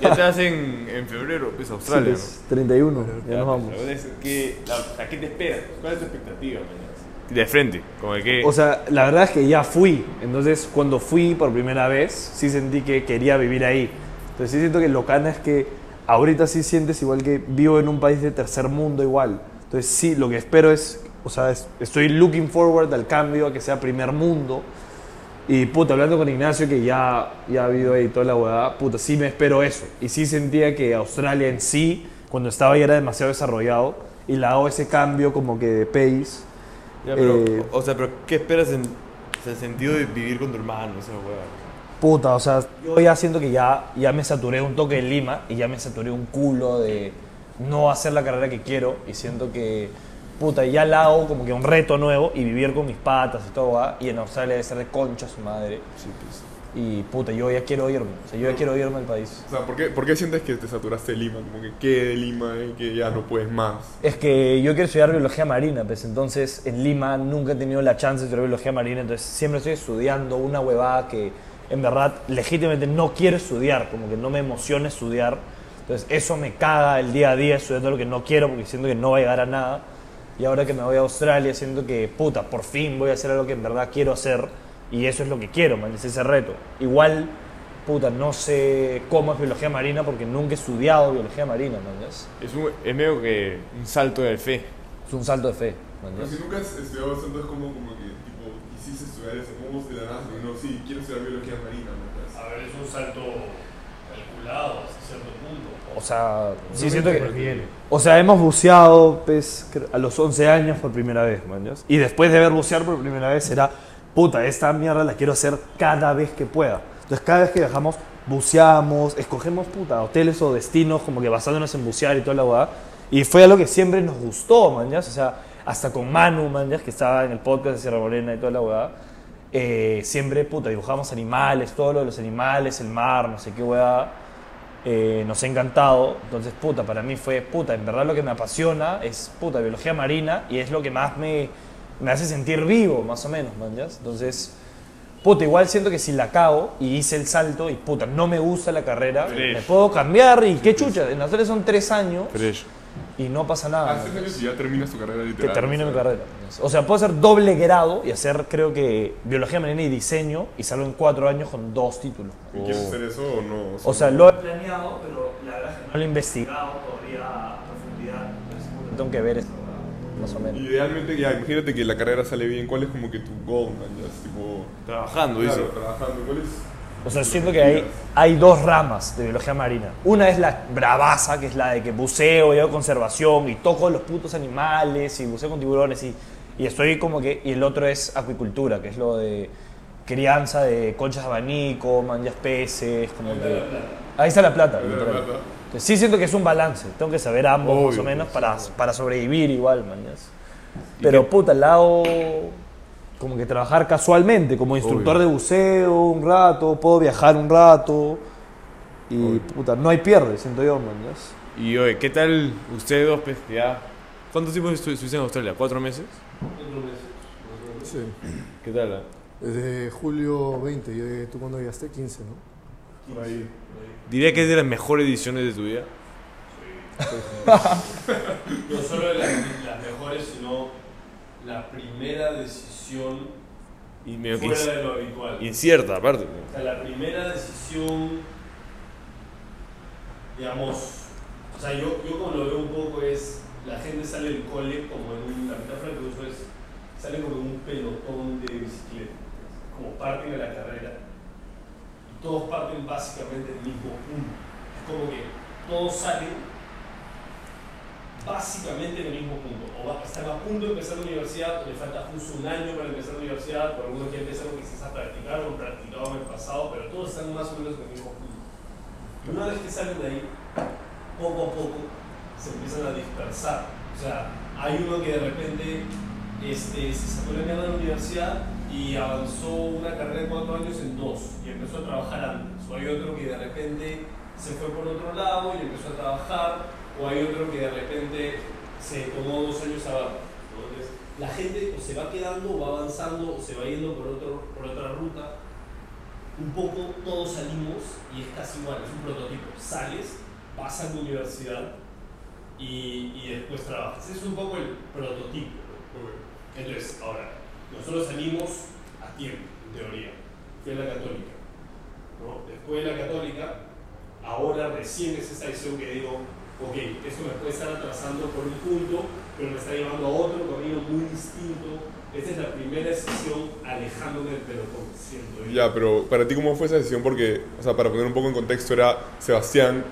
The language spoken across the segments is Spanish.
Ya te hacen en febrero, pues Australia. Sí, pues, 31, ya ¿no? nos vamos. La cosa es que, la- ¿A qué te esperas? ¿Cuál es tu expectativa, mañana? De frente, como el que. O sea, la verdad es que ya fui. Entonces, cuando fui por primera vez, sí sentí que quería vivir ahí. Entonces, sí siento que lo cana es que ahorita sí sientes igual que vivo en un país de tercer mundo igual. Entonces, sí, lo que espero es, o sea, es- estoy looking forward al cambio, a que sea primer mundo. Y puta, hablando con Ignacio, que ya, ya ha habido ahí toda la huevada, puta, sí me espero eso. Y sí sentía que Australia en sí, cuando estaba ahí, era demasiado desarrollado. Y la hago ese cambio como que de país. Ya, pero, eh, o sea, pero ¿qué esperas en, o sea, el sentido de vivir con tu hermano? Esa hueva. Puta, o sea, yo ya siento que ya, ya me saturé un toque en Lima y ya me saturé un culo de no hacer la carrera que quiero y siento que, puta, ya la hago como que un reto nuevo y vivir con mis patas y todo, ¿ah? y en Australia debe ser de concha su madre y, puta, yo ya quiero irme, o sea, yo ya quiero irme al país. O sea, ¿por qué, por qué sientes que te saturaste de Lima? Como que qué de Lima y que ya no puedes más. Es que yo quiero estudiar biología marina, pues entonces en Lima nunca he tenido la chance de estudiar biología marina, entonces siempre estoy estudiando una huevada que en verdad legítimamente no quiero estudiar, como que no me emociona estudiar. Entonces eso me caga el día a día estudiando lo que no quiero porque siento que no va a llegar a nada. Y ahora que me voy a Australia siento que puta, por fin voy a hacer algo que en verdad quiero hacer y eso es lo que quiero, man, es ese reto. Igual, puta, no sé cómo es biología marina porque nunca he estudiado biología marina, man, ¿ves? Es, un, es medio que un salto de fe. Es un salto de fe, man, Pero ¿ves? si nunca has estudiado bastante, es como, como que, tipo, quisiste estudiar eso, ¿cómo de la nada? No, sí, quiero estudiar biología marina, ¿no? Pues, A ver, es un salto calculado hasta cierto punto. O sea, sí Obviamente siento que... prefiere. O sea, hemos buceado pues, cre- a los 11 años por primera vez, mañas. Y después de haber buceado por primera vez será, puta, esta mierda la quiero hacer cada vez que pueda. Entonces, cada vez que viajamos, buceamos, escogemos, puta, hoteles o destinos como que basándonos en bucear y toda la hueá. Y fue algo que siempre nos gustó, mañas. O sea, hasta con Manu, mañas, que estaba en el podcast de Sierra Morena y toda la hueá. eh, siempre, puta, dibujamos animales, todo lo de los animales, el mar, no sé qué hueá eh, nos ha encantado. Entonces, puta, para mí fue puta. En verdad lo que me apasiona es puta, biología marina y es lo que más me, me hace sentir vivo, más o menos, man, ¿ya? Entonces, puta, igual siento que si la cago y hice el salto y puta, no me gusta la carrera, Fresh. me puedo cambiar y qué chucha. En las tres son tres años Fresh. y no pasa nada. haces años y Ah, ya terminas tu carrera Que literal. termine o mi sea. carrera. O sea, puedo hacer doble grado y hacer, creo que, biología marina y diseño y salgo en cuatro años con dos títulos. ¿Y ¿Quieres hacer eso o no? Oh. O sea, lo he planeado, pero la verdad es que no lo he investigado todavía a profundidad. Tengo que ver esto, más o menos. Idealmente, ya, imagínate que la carrera sale bien, ¿cuál es como que tu goal, man? Ya, es tipo, Trabajando, claro, dice. trabajando, ¿cuál es? O sea, siento que hay, hay dos ramas de biología marina. Una es la bravaza, que es la de que buceo y hago conservación y toco los putos animales y buceo con tiburones y, y estoy como que... Y el otro es acuicultura, que es lo de crianza de conchas de abanico, manchas peces, como que... Ahí está la plata. la literal. plata. Entonces, sí siento que es un balance. Tengo que saber ambos, más Obvio, o menos, pues, para, para sobrevivir igual, mañas. Pero puta, al lado como que trabajar casualmente, como instructor Obvio. de buceo un rato, puedo viajar un rato. Y puta, no hay pierde, siento yo, man. ya es. Y oye, ¿qué tal ustedes dos, pues, que ya. ¿Cuántos tiempos estu- estuviste en Australia? ¿Cuatro meses? Sí. ¿Qué tal? ah? Desde julio 20, yo llegué- tú cuando llegaste, 15, ¿no? Por ahí. Diría que es de las mejores ediciones de tu vida. No solo de las, las mejores, sino la primera decisión Y medio que fuera inc- de lo habitual. incierta, aparte. O sea, la primera decisión, digamos, o sea, yo, yo como lo veo un poco es, la gente sale del cole como en un, la metáfora que uso es, sale como en un pelotón de bicicleta, como parten de la carrera. Y todos parten básicamente del mismo punto. Es como que todos salen básicamente del mismo punto. O va- están a punto de empezar la universidad, o le falta justo un año para empezar la universidad, o algunos ya empezaron quizás a practicar o han practicado en el pasado, pero todos están más o menos en el mismo punto. Y una vez que salen de ahí, poco a poco se empiezan a dispersar. O sea, hay uno que de repente este, se sacó la mierda de la universidad y avanzó una carrera de cuatro años en dos y empezó a trabajar antes. O hay otro que de repente se fue por otro lado y empezó a trabajar. O hay otro que de repente se tomó dos años abajo. ¿no? Entonces, la gente o se va quedando, o va avanzando, o se va yendo por, otro, por otra ruta. un poco todos salimos y es casi igual, es un prototipo. Sales, vas a tu universidad y, y después trabajas. Ese es un poco el prototipo. ¿no? Entonces, ahora, nosotros salimos a tiempo, en teoría. Fui a la católica. ¿no? Después de la católica, ahora recién es esa decisión que digo, ok, esto me puede estar atrasando por un punto, pero me está llevando a otro camino muy distinto. Esta es la primera decisión alejándome del pelotón, siento yo. Ya, pero para ti, ¿cómo fue esa decisión? Porque, o sea, para poner un poco en contexto, era Sebastián,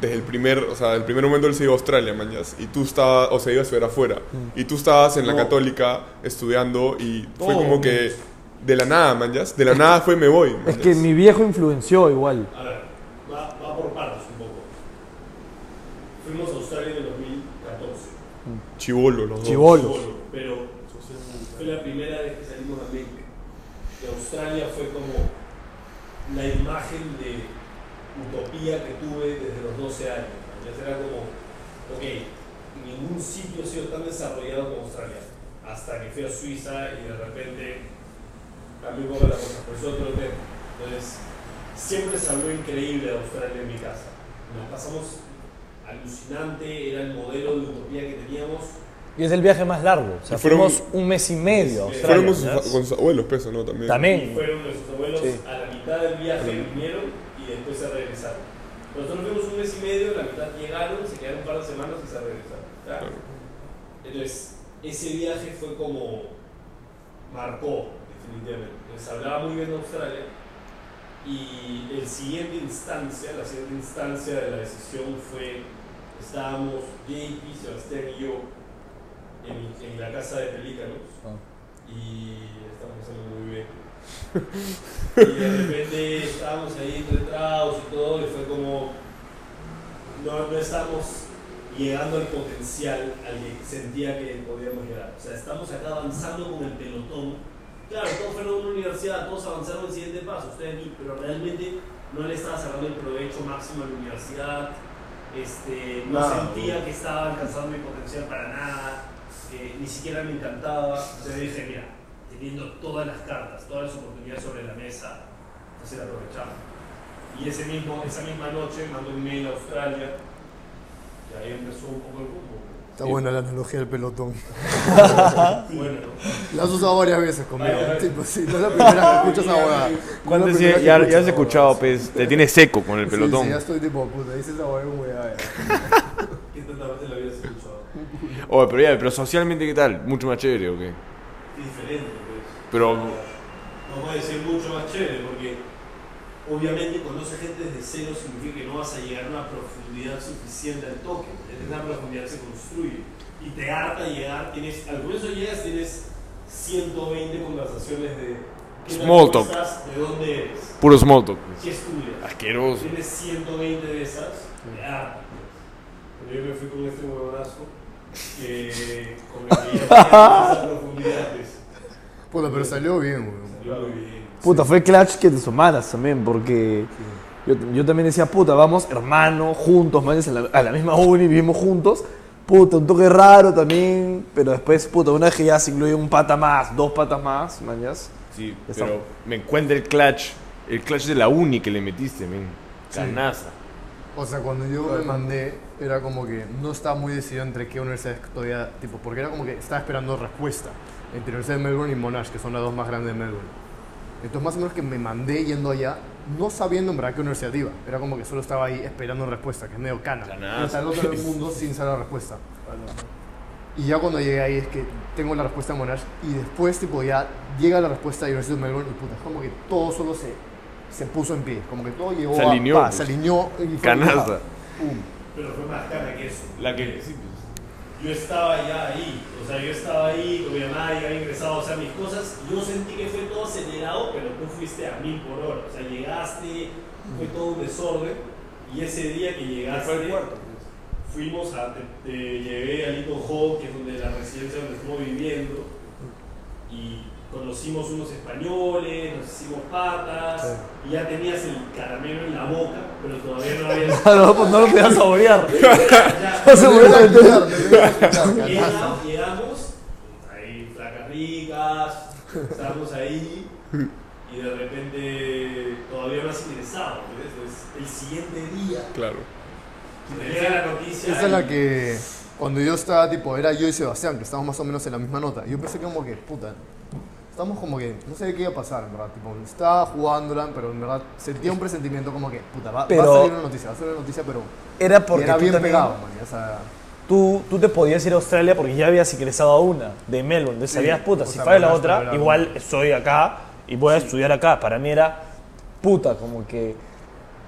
desde el primer, o sea, el primer momento él se iba a Australia, mañas, y tú estabas, o se iba a estudiar afuera, y tú estabas en la Mm. No. Católica estudiando, y fue Oh, como que de la nada, mañas, de la nada fue me voy. Es mañas. que mi viejo influenció igual. A ver, va, va por partes un poco. Fuimos a Australia en el 2014. Chibolo, los dos. Chibolos. solo, pero fue la primera vez que salimos a América. Y Australia fue como la imagen de utopía que tuve desde los 12 años. ¿no? Ya era como, ok, ningún sitio ha sido tan desarrollado como Australia. Hasta que fui a Suiza y de repente cambió un poco la cosa. Por eso otro tema. Entonces, siempre se habló increíble de Australia en mi casa. Nos pasamos alucinante, era el modelo de utopía que teníamos. Y es el viaje más largo. O sea, Y fueron- fuimos un mes y medio a Sí, Australia. Fueron con sus, ¿sabes? con sus abuelos, peso, ¿no? También. Y También. fueron nuestros abuelos Sí. a la mitad del viaje, vinieron y después se regresaron. Nosotros fuimos un mes y medio, la mitad llegaron, se quedaron un par de semanas y se regresaron. ¿ya? Claro. Entonces, ese viaje fue como. marcó, definitivamente. Entonces, hablaba muy bien de Australia y el siguiente instancia, la siguiente instancia de la decisión fue: estábamos JP, Sebastián y yo en, en la casa de pelícanos Ah. y estábamos haciendo muy bien. Y de repente estábamos ahí retrados y todo, y fue como. No, no estamos llegando al potencial al que sentía que podíamos llegar. O sea, estamos acá avanzando con el pelotón. Claro, todos fueron a una universidad, todos avanzaron el siguiente paso, ustedes ni, pero realmente no le estaba sacando el provecho máximo a la universidad. Este, no Nada, sentía que estaba alcanzando mi potencial para nada, que ni siquiera me encantaba. Entonces dije, mira, teniendo todas las cartas, todas las oportunidades sobre la mesa, entonces la aprovechamos. Y ese mismo, esa misma noche mandó un mail a Australia y ahí empezó un poco el rumbo. Está buena la analogía del pelotón. Bueno, La has usado varias veces conmigo. Vale, vale. Tipo, sí, no es la primera que escuchas esa huevada. No ¿Cuántas es la veces primera que ya, ya escuchas has esa escuchado, huevada. pues, te tiene seco con el pelotón. Sí, sí, ya estoy tipo, puta, dices esa huevada, huevada. ¿qué tanta vez lo habías escuchado? Oye, pero ya, pero socialmente, ¿qué tal? Mucho más chévere, ¿o qué? Es diferente, pues. Pero, No puede ser mucho más chévere porque obviamente conocer gente desde cero significa que no vas a llegar a una profundidad suficiente al toque. Esa profundidad se construye y te harta llegar. Tienes, al comienzo llegas, tienes 120 conversaciones de. ¿qué tal, Small cómo talk. estás? ¿De dónde eres? puro small talk. ¿Qué estudias? Asqueroso. Tienes 120 de esas. Ya. Pero Yo me fui con este huevonazo que con el que ya tenía esas profundidades. Puta, pero salió bien, huevón. Salió muy bien. Puta, fue clutch que te sumaras también, porque yo, yo también decía, puta, vamos, hermano, juntos, manes, a la, a la misma uni, vivimos juntos. Puta, un toque raro también, pero después, puta, una vez que ya se incluye un pata más, dos patas más, mañas. Sí, Está- pero me encuentra el clutch. El clutch de la uni que le metiste, men. Canasa. O sea, cuando yo me mandé, era como que no estaba muy decidido entre qué universidad todavía, tipo, porque era como que estaba esperando respuesta entre Universidad de Melbourne y Monash, que son las dos más grandes de Melbourne. Entonces, más o menos que me mandé yendo allá, no sabiendo en verdad qué universidad iba. Era como que solo estaba ahí esperando respuesta, que es medio cana. Canazo. Está al otro del mundo sin saber la respuesta. Y ya cuando llegué ahí es que tengo la respuesta de Monash y después, tipo, ya llega la respuesta de Universidad de Melbourne y puta, es como que todo solo se, se puso en pie. Como que todo llegó Se a- alineó, pa, pues. se alineó y fue Canasta. Pum. Pero fue más cara que eso. La que. pues, Yo estaba ya ahí. O sea, yo estaba ahí con mi mamá y había ingresado a hacer mis cosas. Yo sentí que fue todo acelerado, pero tú fuiste a mil por hora. O sea, llegaste, fue todo un desorden. Y ese día que llegaste. fuimos a, te, te llevé a Lincoln Hall, que es donde la residencia donde estuvo viviendo, y conocimos unos españoles, nos hicimos patas, y ya tenías el caramelo en la boca, pero todavía no habías... No, pues no lo podía saborear. ya- No se podía meter. Llegamos, llegamos, ahí flacas ricas, estábamos ahí y de repente todas Le llega la noticia. Esa es la y- que. Cuando yo estaba, tipo, era yo y Sebastián, que estábamos más o menos en la misma nota. Yo pensé que, como que, puta. Estamos como que. No sé qué iba a pasar, en verdad. Tipo, estaba jugándola, pero en verdad sentía un presentimiento como que, puta, va, va Pero- a salir una noticia, va a salir una noticia, pero. Era y porque era tú bien también- pegado, man. O sea, Tú, tú te podías ir a Australia porque ya habías ingresado a una de Melbourne. Entonces Sí, sabías, puta, o si sea, falla la mandaste a otra, volar. igual estoy acá y voy a estudiar acá. Para mí era puta, como que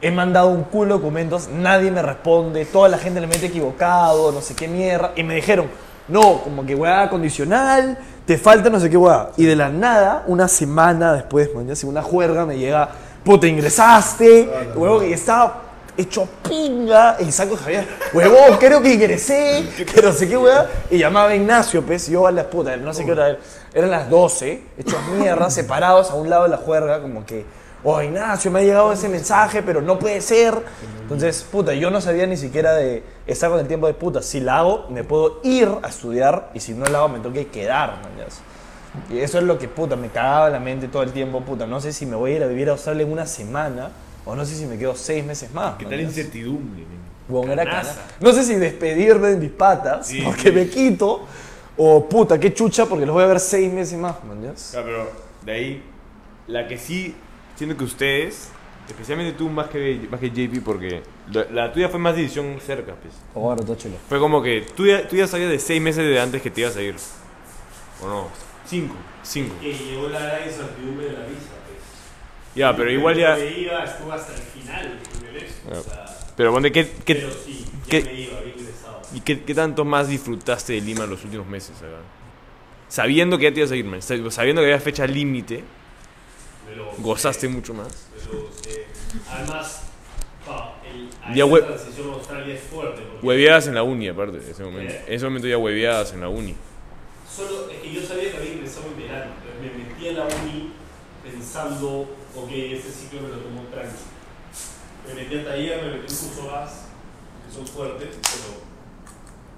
he mandado un culo de documentos, nadie me responde, toda la gente le mete equivocado, no sé qué mierda. Y me dijeron, no, como que weá condicional, te falta no sé qué weá. Y de la nada, una semana después, man, ya sé, una juerga me llega, puta, ingresaste, huevón, y estaba hecho pinga el saco de Javier, huevón, creo que ingresé, que no sé qué weá. Y llamaba a Ignacio, pues, y yo a las putas, no sé qué hora era. Eran las 12, hechos mierda, separados a un lado de la juerga, como que oh Ignacio, me ha llegado ese mensaje, pero no puede ser. Entonces, puta, yo no sabía ni siquiera de estar con el tiempo de puta. Si la hago, me puedo ir a estudiar y si no la hago, me tengo que quedar, mañas. Y eso es lo que, puta, me cagaba la mente todo el tiempo, puta. No sé si me voy a ir a vivir a Australia en una semana o no sé si me quedo seis meses más. ¿Qué tal mañas. incertidumbre? men? Huevón, era Canaza. cana- No sé si despedirme de mis patas Sí, porque sí. me quito o puta, qué chucha porque los voy a ver seis meses más, mañas. Claro, pero de ahí, la que sí, siento que ustedes, especialmente tú más que, más que JP, porque la, la tuya fue más decisión cerca, pues. Ahora, todo chulo. Fue como que tú ya, tú ya sabías de seis meses de antes que te ibas a ir. ¿O no? Cinco. Cinco. Que llegó la gran incertidumbre de la visa. pues. Ya, pero igual Yo ya... Me iba, estuve hasta el final en el esto. O sea, Pero ponte, ¿qué, qué, pero sí, ya qué- me iba, había ingresado. y qué, qué tanto más disfrutaste de Lima en los últimos meses? acá? Sabiendo que ya te ibas a ir, man, sab- sabiendo que había fecha límite, Me lo gozaste mucho más. Pero, eh, además, pa, el, ahí Ya la hue- transición a Australia es fuerte. porque Hueveadas en la uni, aparte, en ese momento. ¿Qué? En ese momento ya hueveadas en la uni. Solo, es que yo sabía que había ingresado en verano, entonces me metí a la uni pensando, ok, este ciclo me lo tomo tranqui. Me metí a taller, me metí en curso gas, que son fuertes, pero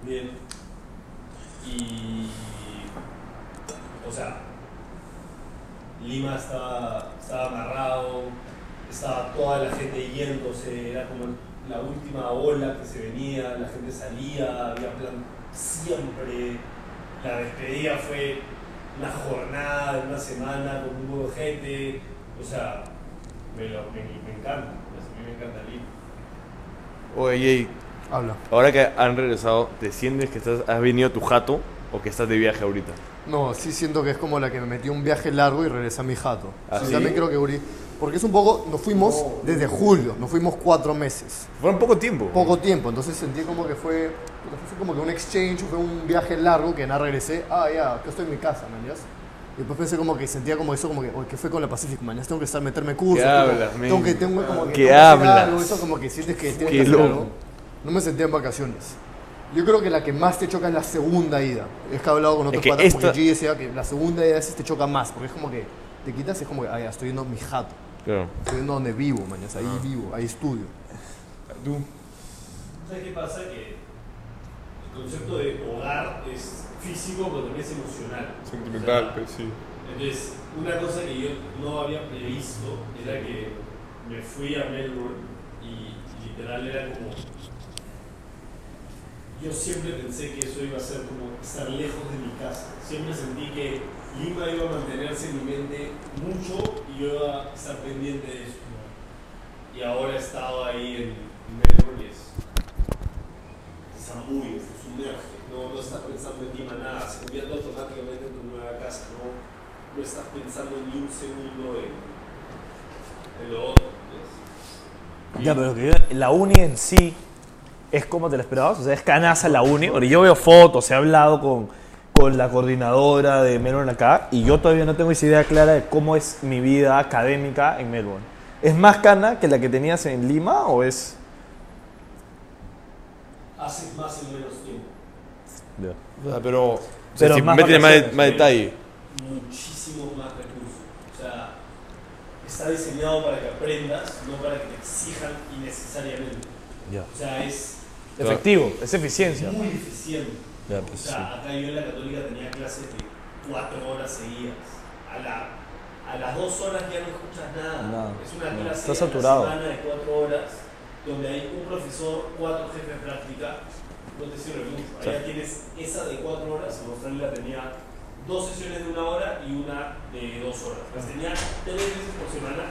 bien. Y, o sea, Lima estaba, estaba amarrado, estaba toda la gente yéndose, era como la última ola que se venía, la gente salía, había plan siempre. La despedida fue una jornada, de una semana con un huevo de gente, o sea, me, lo- me, me encanta, pues, a mí me encanta Lima. Oye, Jay, habla. ahora que han regresado, ¿te sientes que estás, has venido a tu jato o que estás de viaje ahorita? No, sí siento que es como la que me metí un viaje largo y regresé a mi jato. ¿Ah, Sí, sí? También creo que Uri. Porque es un poco. Nos fuimos desde julio, nos fuimos cuatro meses. Fueron poco tiempo. Poco tiempo, entonces sentí como que fue. Fue como que un exchange, fue un viaje largo que nada regresé. Ah, ya, acá estoy en mi casa, mañas. Y después pensé como que sentía como eso, como que, oye, ¿qué fue con la Pacific, mañas? Tengo que estar, meterme cursos. ¿Qué tengo- hablas, men? tengo que, tengo como que. ¿Qué tengo que hacer hablas? algo, Eso como que sientes que tienes Qué que hacer loco. algo. No me sentía en vacaciones. Yo creo que la que más te choca es la segunda ida. Es que he hablado con otros que patas esta- porque G decía que la segunda ida a veces te choca más, porque es como que te quitas y es como que, ah, ya, estoy yendo a mi jato. Claro. Estoy yendo donde vivo, mañas. Ahí Ah. vivo, ahí estudio. ¿Sabes qué pasa? Que el concepto de hogar es físico, pero también es emocional. O Sentimental, sea, pues sí. Entonces, una cosa que yo no había previsto era que me fui a Melbourne y literal era como. Yo siempre pensé que eso iba a ser como estar lejos de mi casa. Siempre sentí que Lima iba a mantenerse en mi mente mucho y yo iba a estar pendiente de eso. Y ahora he estado ahí en Melbourne y es se ambulle, se sumerge, no, no estás pensando en Lima nada, se convierte automáticamente en tu nueva casa, no, no estás pensando ni un segundo en, en lo otro. pues. ¿ves? Ya, pero que yo- la uni en sí es como te lo esperabas, o sea, es canaza la uni. Porque yo veo fotos, he hablado con, con la coordinadora de Melbourne acá y yo todavía no tengo esa idea clara de cómo es mi vida académica en Melbourne. ¿Es más cana que la que tenías en Lima o es...? Haces más en menos tiempo, pero. Pero si más métele más, de- vacaciones. más detalle. muchísimo más recursos. O sea, está diseñado para que aprendas, no para que te exijan innecesariamente. Ya. O sea, es Efectivo, es eficiencia. muy eficiente. Ya, O pues, sí. sea, acá yo en la católica tenía clases de cuatro horas seguidas. A, la, a las dos horas ya no escuchas nada. Nada, es una no, clase estás a la saturado. semana de cuatro horas donde hay un profesor, cuatro jefes de práctica, no te sirve mucho. Ahí ya tienes esa de cuatro horas, en Australia tenía dos sesiones de una hora y una de dos horas. Las tenía tres veces por semana,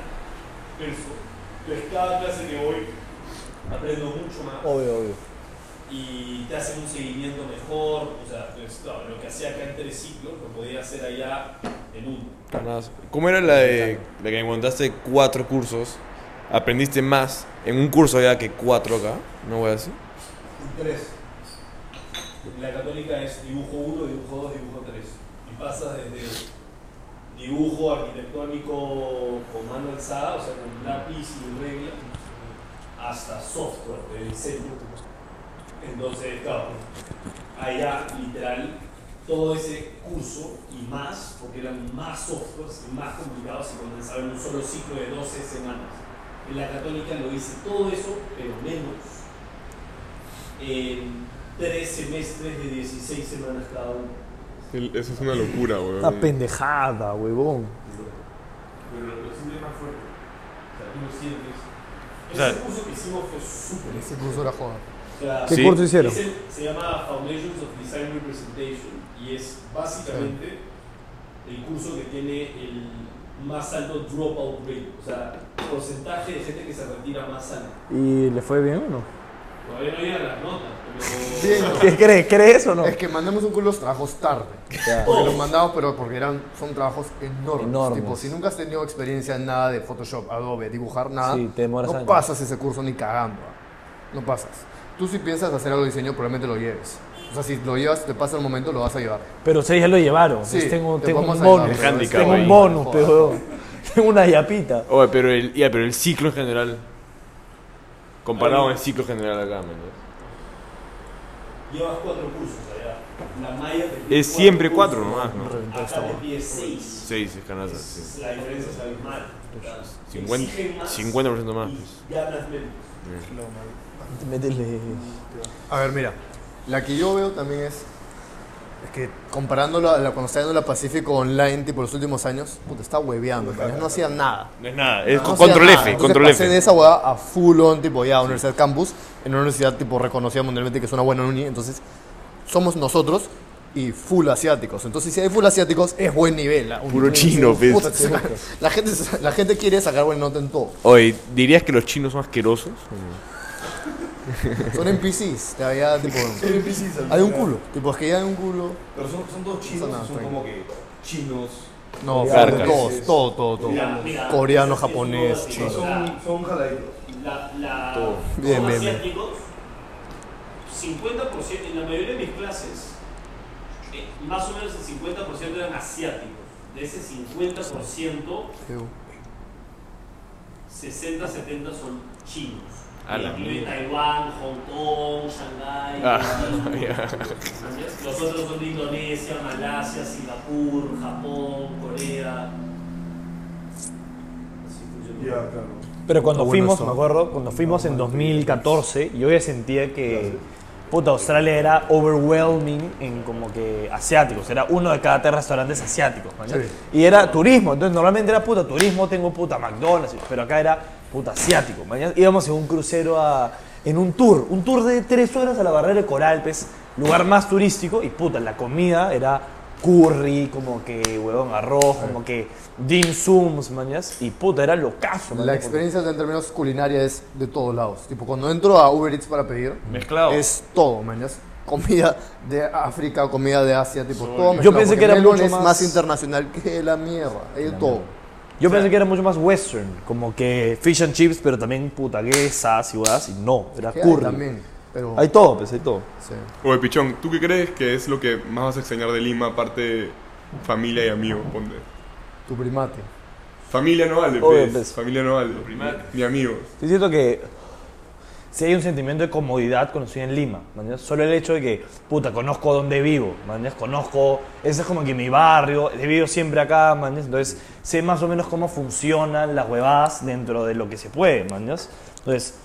pero entonces cada clase que voy aprendo mucho más Obvio, obvio. y te hacen un seguimiento mejor. O sea, pues, claro, lo que hacía acá en tres ciclos lo podía hacer allá en uno. Canazo. ¿Cómo era la de la que me contaste cuatro cursos? ¿Aprendiste más en un curso ya que cuatro acá? ¿No voy a decir? Tres. La católica es dibujo 1, dibujo 2, dibujo 3. Y pasa desde dibujo arquitectónico con mano alzada, o sea, con lápiz y regla, hasta software de diseño. Entonces, claro, allá literal todo ese curso y más, porque eran más softwares y más complicados y condensaban en un solo ciclo de 12 semanas. En la católica lo hice todo eso, pero menos en tres semestres de 16 semanas cada uno. El- eso es una locura, Una weón. pendejada, huevón. Pero lo lo sientes más fuerte. O sea, tú lo sientes. O sea, Ese curso que hicimos fue súper Ese excelente. curso era joda. O sea, ¿Qué Sí. curso hicieron? es el- se llama Foundations of Design Representation y es básicamente el curso que tiene el más alto dropout rate, o sea, porcentaje de gente que se retira más alto. ¿Y le fue bien o no? Todavía no llegan las notas, pero... ¿Qué crees? ¿Crees o no? Es que mandamos un culo los trabajos tarde. Ya. Porque los mandamos, pero porque eran, son trabajos enormes. Enormes. Tipo, si nunca has tenido experiencia en nada de Photoshop, Adobe, dibujar nada, Sí, te demoras no años. pasas ese curso ni cagando. ¿ah? No pasas. Tú si piensas hacer algo de diseño, probablemente lo lleves. O sea, si lo llevas, te pasa el momento, lo vas a llevar. Pero ustedes ya lo llevaron. Sí, tengo te tengo vamos un a bonus. ayudar, pero es- Tengo un Ahí. bonus, Joda. pero tengo una yapita. Oye, Oh, pero el, ya, pero el ciclo en general. Comparado Ahí. con el ciclo general acá, man. Llevas cuatro cursos allá. La malla te pide Es siempre cuatro cursos. nomás, ¿no? Acá te pide seis. Seis es canasta, Es- sí. La diferencia es abismal. O sea, 50, exigen más 50% más. pues. y ganas menos. Métele. A ver, mira, la que yo veo también es. Es que comparándola a la, cuando está yendo la Pacífico Online, tipo los últimos años, puta, está hueveando, man, no hacía nada. No es nada, es No con- hacía control nada. F, Entonces control pasé de F. esa hueá a full on, tipo ya, Universidad Campus, en una universidad tipo reconocida mundialmente que es una buena uni, entonces somos nosotros y full asiáticos. Entonces si hay full asiáticos es buen nivel. La, Puro chino, pues. puta, la, gente, la gente quiere sacar buena nota en todo. Oye, ¿dirías que los chinos son asquerosos? Son NPCs, te había, tipo, hay un culo, tipo es que ya hay un culo. Pero son, son todos No chinos, pasa nada, son como que chinos. No, Carcas. pero todos, todo, todo, todo. Mira, mira, Coreano, es- es japonés, un chino. latino. Son, son jaladitos. La, la, Todo. Bien, los bien, bien. asiáticos, 50%, en la mayoría de mis clases, eh, más o menos el 50% eran asiáticos. De ese 50%, 60, 70 son chinos. A Y la incluye mierda. Taiwán, Hong Kong, Shanghái. Ah, Vietnam. ya. ¿Entiendes? Los otros son de Indonesia, Malasia, Singapur, Japón, Corea. Así funciona. Ya, claro. Pero cuando Está bueno fuimos, eso. Ah, me acuerdo, cuando fuimos en 2014, yo ya sentía que puta Australia era overwhelming en como que asiáticos, era uno de cada tres restaurantes asiáticos, ¿no? Y era turismo, entonces normalmente era puta turismo, tengo puta McDonald's, pero acá era puta asiático, mañana íbamos en un crucero a en un tour, un tour de tres horas a la barrera de Coralpes, lugar más turístico y puta la comida era curry, como que huevón arroz, como que dim sums, mañas, y puta, era locazo, mañas, La porque- experiencia en términos culinarios es de todos lados. Tipo, cuando entro a Uber Eats para pedir, Mezclado. es todo, mañas. Comida de África, comida de Asia, tipo, todo. Yo pensé porque que era Melbourne mucho es más... más internacional que la mierda. Hay de todo. Yo pensé que era mucho más western, como que fish and chips, pero también puta guesas y huevas, y no, era Que hay curry. también. Pero, Hay todo, pues hay todo. sí. Oye, Pichón, ¿tú qué crees que es lo que más vas a extrañar de Lima, aparte de familia y amigos? Ponte. tu primate. Familia no vale, Obvio, pues. pues. Familia no vale. Ni amigos. Yo siento que sí hay un sentimiento de comodidad cuando estoy en Lima, mañas. Solo el hecho de que, puta, conozco dónde vivo, mañas, conozco, ese es como que mi barrio, he vivido siempre acá, mañas, entonces sé más o menos cómo funcionan las huevadas dentro de lo que se puede, mañas. Entonces,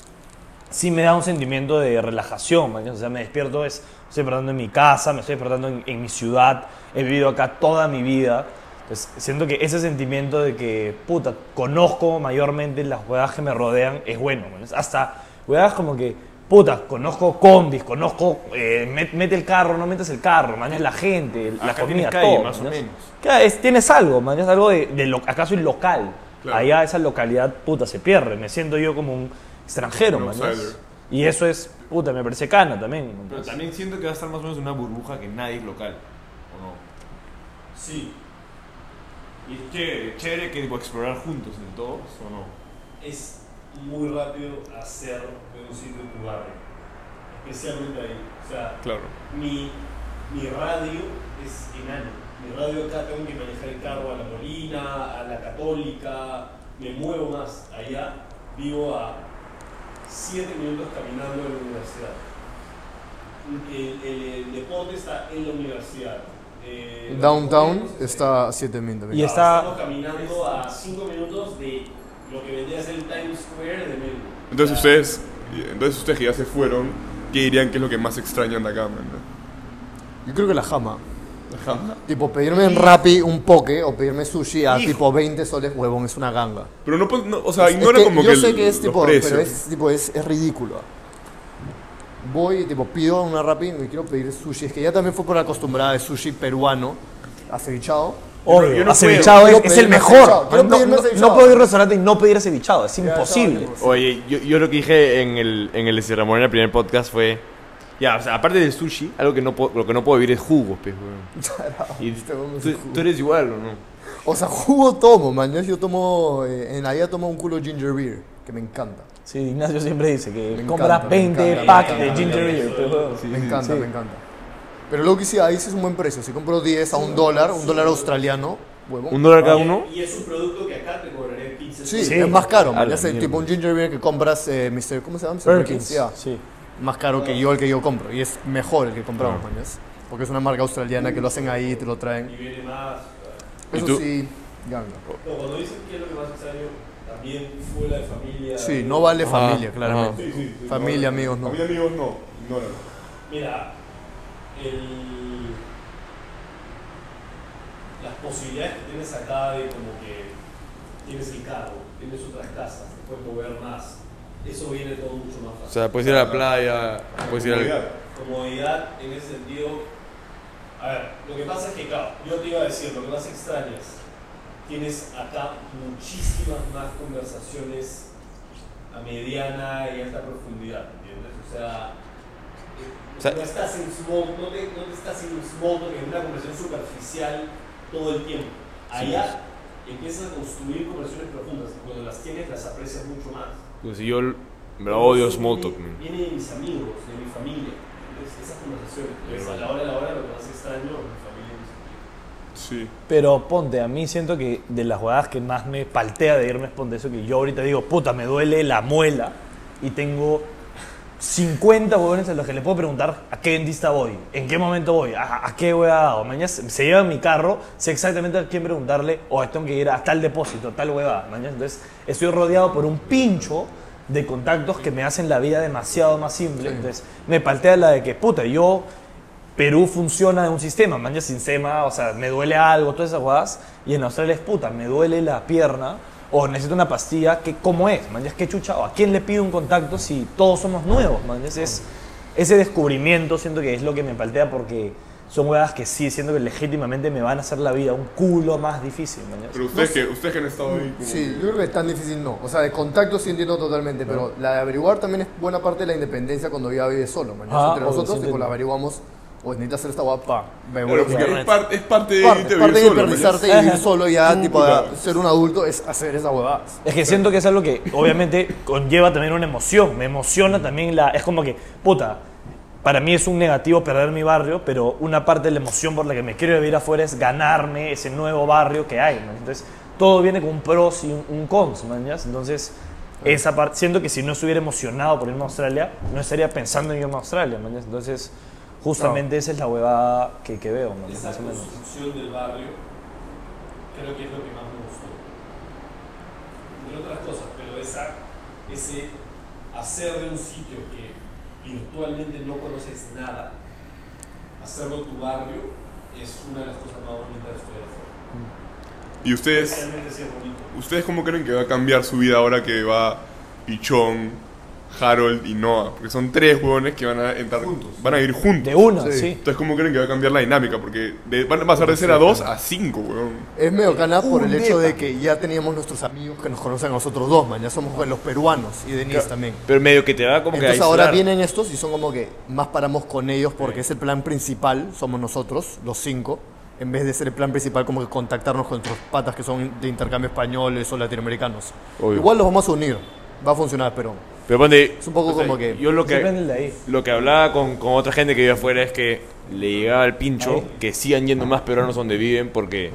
sí me da un sentimiento de relajación, man. o sea, me despierto, es, estoy despertando en mi casa, me estoy despertando en, en mi ciudad, he vivido acá toda mi vida. Entonces, siento que ese sentimiento de que, puta, conozco mayormente las huevas que me rodean es bueno, man. hasta Huevadas como que, puta, conozco combis, conozco, eh, met- mete el carro, no metes el carro, mañana la gente, la Acá comida, tienes calle, todo, más o ¿no? menos. Claro, es- tienes algo, man, es algo de, de lo- acaso local. Claro. Allá esa localidad, puta, se pierde. Me siento yo como un extranjero, Un man, outsider. es- Y eso es, puta, me parece cana también. man, Pero es- también siento que va a estar más o menos en una burbuja que nadie es local. ¿O no? Sí, Y es chévere, chévere que tipo, explorar juntos en todos, ¿o no? es muy rápido hacer de un sitio tu barrio. Especialmente ahí. O sea, Claro. mi, mi radio es enano. Mi radio acá tengo que manejar el carro a la Molina, a la Católica, me muevo más allá. Vivo a 7 minutos caminando en la universidad. El, el- el deporte está en la universidad. Eh, los Downtown deportes, está a 7000 Y también. es- está- Estamos caminando a 5 minutos de lo que vendría a ser el Times Square de Melbourne. Entonces O sea, ustedes, entonces ustedes que ya se fueron, ¿qué dirían que es lo que más extrañan de acá, man? Yo creo que la jama. La jamba. Tipo, pedirme en Rappi un poke o pedirme sushi a tipo 20 soles, huevón, es una ganga. Pero no, pon- no, o sea, Es ignora como yo que sé el- que es los tipo, precios. pero es tipo es, es ridículo. Voy y tipo pido una Rappi y quiero pedir sushi, es que ya también fue por acostumbrada de sushi peruano acevichado. Obvio, yo no acevichado puedo. es, Quiero es el pedirme mejor. acevichado, quiero man, no, pedirme no- acevichado. no puedo ir a un restaurante y no pedir acevichado, es imposible. Oye, yo, yo lo que dije en el, en el de Sierra Morena, el primer podcast, fue... Ya, o sea, aparte del sushi, algo que no puedo, lo que no puedo vivir es jugos, pues, weón. Y vamos tú, a jugo. tú eres igual, ¿o no? O sea, jugo tomo, man. Yo, yo tomo eh, en allá tomo un culo ginger beer, que me encanta. Sí, Ignacio siempre dice que Me compra encanta, me 20 encanta, packs me de encanta. ginger ale. pero- me Mm, encanta, me encanta. Pero luego que sí, ahí sí es un buen precio. Si compro 10 a un dólar, un dólar australiano, huevón. ¿Un dólar cada uno? Y es un producto que acá te cobraré 15 Sí, Sí. es más caro, A man. la Es el mierda. tipo un ginger beer que compras, eh, Mr. ¿Cómo se llama? Mr. Perkins, ya. sí. Más caro que yo el que yo compro. Y es mejor el que compramos, man. ¿ves? Porque es una marca australiana que lo hacen ahí y te lo Y traen. viene más. ¿Y Eso tú? sí, ganga. No, cuando dicen que es lo que más extraño, también fue la de familia. Sí, no vale Ajá, familia, ajá. claramente. Sí, sí, sí, Familia, amigos, no. Familia, amigos, no. Ignora. Mira, el, las posibilidades que tienes acá de como que tienes el carro, tienes otras casas, te puedes mover más, eso viene todo mucho más fácil. puedes ir a la playa, puedes comodidad en ese sentido. A ver, lo que pasa es que, claro, yo te iba a decir, lo que más extrañas, tienes acá muchísimas más conversaciones a mediana y alta profundidad, ¿entiendes? O sea, eh, O sea- no estás en smoke, no te, no te estás en un smoke en una conversación superficial todo el tiempo. Allá empiezas a construir conversaciones profundas y cuando las tienes las aprecias mucho más. Pues yo me lo Pero odio eso Small Talk, viene- man. Viene de mis amigos, de mi familia. Entonces, esas conversaciones. Entonces, a la hora de la hora, lo que más extraño es mi familia y mis amigos. Sí. Pero ponte, a mí siento que de las jugadas que más me paltea de irme es ponte eso que yo ahorita digo, puta, me duele la muela y tengo 50 huevones a los que le puedo preguntar a qué dentista voy, en qué momento voy, a, a qué voy a o mañana se se lleva mi carro, sé exactamente a quién preguntarle o tengo que ir a tal depósito, tal huevada, mañana. Entonces, estoy rodeado por un pincho de contactos que me hacen la vida demasiado más simple. Entonces, me paltea la de que, puta, yo Perú funciona en un sistema, man, ya sin sema, o sea, me duele algo, todas esas guadas, y en Australia es puta, me duele la pierna, o necesito una pastilla, que cómo es, man, ya es que chucha, o a quién le pido un contacto si todos somos nuevos, man, ya es- es, ese descubrimiento siento que es lo que me paltea porque son huevas que sí, siento que legítimamente me van a hacer la vida un culo más difícil, man, ya. Pero ustedes, que, ustedes que han estado ahí. como Sí, que- yo creo que tan difícil no. O sea, de contacto sí entiendo totalmente, pero la de averiguar también es buena parte de la independencia cuando ya vives solo, man. Ah, Entre obvio, nosotros, sí tipo, entiendo. la averiguamos, o necesitas hacer esta guapa, me Claro, voy a porque buscar. es parte, es parte de irte Parte, a parte de vivir solo, man. independizarte y vivir Ajá. solo ya, tipo, puta. a- ser un adulto es hacer esas huevadas. Es que siento que es algo que obviamente conlleva también una emoción. Me emociona también la. Es como que, puta, para mí es un negativo perder mi barrio, pero una parte de la emoción por la que me quiero vivir afuera es ganarme ese nuevo barrio que hay. ¿no? Entonces, todo viene con un pros y un, un cons, man, ¿ya? Entonces, esa parte. Siento que si no estuviera emocionado por irme a Australia, no estaría pensando en irme a Australia, man, ¿ya? Entonces, justamente esa es la huevada que, que veo, man, Esa más o menos. construcción del barrio, creo que es lo que más me gustó. Entre otras cosas, pero esa, ese hacer de un sitio que virtualmente no conoces nada, hacerlo tu barrio, es una de las cosas más bonitas de estudiar afuera. Y ustedes, Realmente sí es bonito. ¿ustedes cómo creen que va a cambiar su vida ahora que va Pichón, Harold y Noah, porque son tres huevones que van a entrar Juntos. Van a ir juntos. De una, sí. Sí. Entonces, ¿cómo creen que va a cambiar la dinámica? Porque de- van a pasar de ser a dos a cinco, huevón. Es Eh, medio cana por Un el hecho de depa. que ya teníamos nuestros amigos que nos conocen a nosotros dos, man. Ya somos pues, los peruanos y Denise también. Pero medio que te va como Entonces que a ahora aislar. vienen estos y son como que más paramos con ellos porque es el plan principal, somos nosotros, los cinco. En vez de ser el plan principal, como que contactarnos con nuestros patas que son de intercambio españoles o latinoamericanos. Obvio. Igual los vamos a unir, va a funcionar, pero Pero ponte, es un poco o sea, como que. Yo lo Depende que, del de ahí. lo que hablaba con, con otra gente que vive afuera es que le llegaba el pincho que sigan yendo más peruanos donde viven porque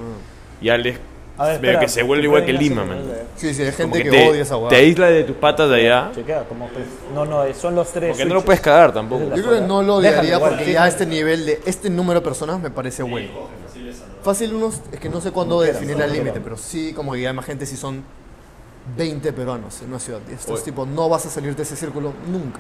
ya les. Mm. A ver, medio espera, que se vuelve igual que pueden Lima, hacer man. el de- Sí, sí, hay Como gente que, te, odia esa hueá. te aísla de tus patas de allá. Chequea, como pues, No, no, eh, son los tres. Porque no lo switches. puedes cagar tampoco. Es la- Yo creo que no lo Déjalo odiaría igual, porque sí. ya este nivel de este número de personas me parece bueno. Fácil unos, es que no sé cuándo definir el límite, pero sí, como que ya hay más gente si son 20 peruanos en una ciudad. Y estos tipos, no vas a salir de ese círculo nunca.